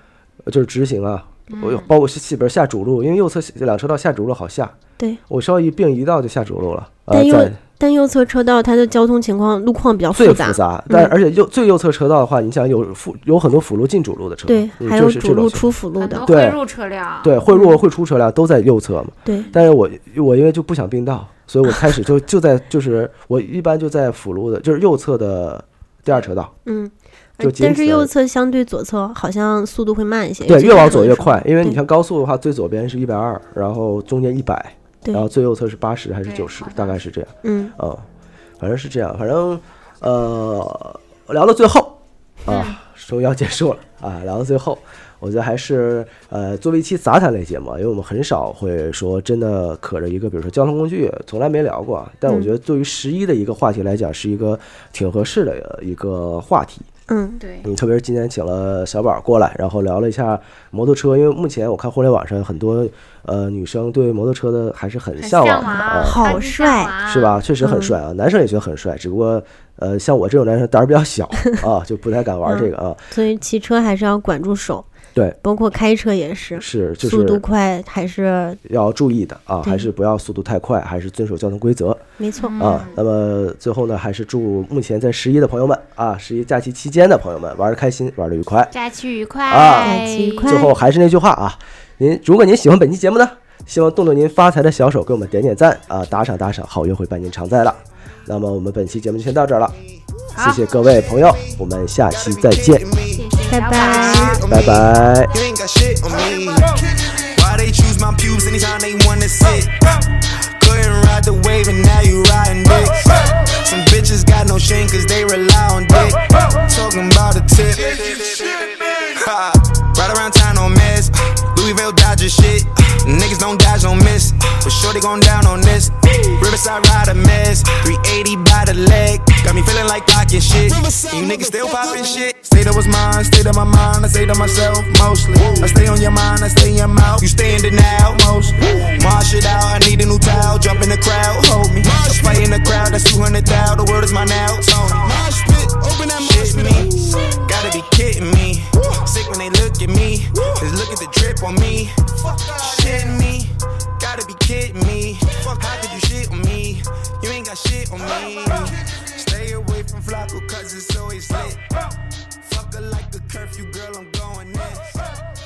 [SPEAKER 1] 就是直行啊，我有包括西边下主路，因为右侧两车道下主路好下，
[SPEAKER 3] 对。
[SPEAKER 1] 我稍微一并一道就下主路了。呃
[SPEAKER 3] 但，右
[SPEAKER 1] 在
[SPEAKER 3] 但右侧车道它的交通情况路况比较
[SPEAKER 1] 最
[SPEAKER 3] 复
[SPEAKER 1] 复
[SPEAKER 3] 杂，
[SPEAKER 1] 杂，
[SPEAKER 3] 嗯
[SPEAKER 1] 但而且右最右侧车道的话，你想有辅有很多辅路进主路的车，
[SPEAKER 3] 对，
[SPEAKER 1] 嗯
[SPEAKER 3] 还
[SPEAKER 1] 就
[SPEAKER 3] 有
[SPEAKER 1] 是这
[SPEAKER 3] 主
[SPEAKER 1] 种
[SPEAKER 3] 路
[SPEAKER 1] 情
[SPEAKER 3] 出嗯辅路
[SPEAKER 2] 很
[SPEAKER 3] 的
[SPEAKER 2] 多，
[SPEAKER 1] 对
[SPEAKER 2] 汇入车辆，
[SPEAKER 1] 对，会入会出车辆都在右侧嘛。
[SPEAKER 3] 对，
[SPEAKER 1] 但是我我因为就不 想并道，所以我开始就就在就是我一般就在辅路的，就是右侧的第二车道。
[SPEAKER 3] 嗯，
[SPEAKER 1] 就
[SPEAKER 3] 而
[SPEAKER 1] 仅
[SPEAKER 3] 但是
[SPEAKER 1] 此而
[SPEAKER 3] 右
[SPEAKER 1] 已
[SPEAKER 3] 侧相对左侧好像速度会慢一些。
[SPEAKER 1] 对，
[SPEAKER 3] 尤其
[SPEAKER 1] 越往
[SPEAKER 3] 开车
[SPEAKER 1] 左
[SPEAKER 3] 的
[SPEAKER 1] 越
[SPEAKER 3] 时候
[SPEAKER 1] 快，因为你
[SPEAKER 3] 对
[SPEAKER 1] 看高速的话，最左边是一百二，然后中间一百，
[SPEAKER 3] 对
[SPEAKER 1] 然后最右侧是八十还是
[SPEAKER 2] 对
[SPEAKER 1] 九十
[SPEAKER 2] 好，的
[SPEAKER 1] 大概是这样
[SPEAKER 3] 嗯，
[SPEAKER 1] 啊、反正是这样，反正呃，聊到最后
[SPEAKER 2] 嗯
[SPEAKER 1] 啊，终于要结束了啊，聊到最后，我觉得还是呃，作为一期杂谈类节目啊，因为我们很少会说真的可着一个，比如说交通工具，从来没聊过啊，但我
[SPEAKER 3] 嗯
[SPEAKER 1] 觉得对于十一的一个话题来讲，是一个挺合适的一个话题。
[SPEAKER 3] 嗯，
[SPEAKER 2] 对，
[SPEAKER 1] 嗯，特别是今天请了小宝过来，然后聊了一下摩托车，因为目前我看互联网上很多呃女生对摩托车的还是很
[SPEAKER 2] 很
[SPEAKER 1] 向往的
[SPEAKER 2] 往
[SPEAKER 1] 啊，
[SPEAKER 3] 好
[SPEAKER 2] 很向
[SPEAKER 3] 帅
[SPEAKER 2] 往
[SPEAKER 1] 是？吧？确实很
[SPEAKER 3] 嗯
[SPEAKER 1] 帅啊，男生也觉得很帅，只不过呃像我这种男生胆儿比较 小啊，就不太敢玩这个啊。
[SPEAKER 3] 所以骑车还是要管住手，
[SPEAKER 1] 对，
[SPEAKER 3] 包括开车也嗯是，
[SPEAKER 1] 是就
[SPEAKER 3] 速度
[SPEAKER 1] 是
[SPEAKER 3] 快还是
[SPEAKER 1] 要注意的啊，还
[SPEAKER 3] 对嗯
[SPEAKER 1] 是不要速度太快，还是遵守交通规则。
[SPEAKER 3] 没错。
[SPEAKER 1] 啊，那么最后呢，还是祝目前在十一的朋友们啊，十一假期期间的朋友们玩的开心，玩的愉快。
[SPEAKER 2] 假期愉快，
[SPEAKER 1] 啊
[SPEAKER 3] 假期愉快
[SPEAKER 1] 最后还是那句话啊，您如果您喜欢本期节目呢，希望动动您发财的小手给我们点点赞啊，打赏打赏，好运会伴您常在了。那么我们本期节目就先到这儿了，谢
[SPEAKER 2] 好
[SPEAKER 1] 谢各位朋友，我们下期再见，
[SPEAKER 2] 谢谢小
[SPEAKER 3] 拜
[SPEAKER 2] 宝
[SPEAKER 3] 拜
[SPEAKER 2] 儿。
[SPEAKER 1] 拜拜。
[SPEAKER 4] You ain't got shit on me. Why they choose my pubes anytime they wanna sit? Couldn't ride the wave and now you riding dicks. Some bitches got no shame cause they rely on dick. Talking about a tip. Ha, Right around town on mess. Louisville Dodgers shit. Niggas don't dodge, don't miss. But sure they gon' down on this. Riverside ride a mess. 380 by the leg. Got me feeling like pocket shit. You niggas still poppin' shit. State of was mine, state of my mind. I say to myself mostly. I stay on your mind, I stay in your mouth. You stay in denial most. Marsh it out, I need a new towel. Jump in the crowd, hold me. I play in the crowd, that's 200 thou. The world is mine now, Tony. Open that shit me. Gotta be kidding me. Sick when they look at me. Just look at the drip on me. Shit me. Gotta be kidding me. How could you shit on me? You ain't got shit on me. Stay away from Flacco cause it's always lit. Fuck her like a curfew, girl, I'm going next.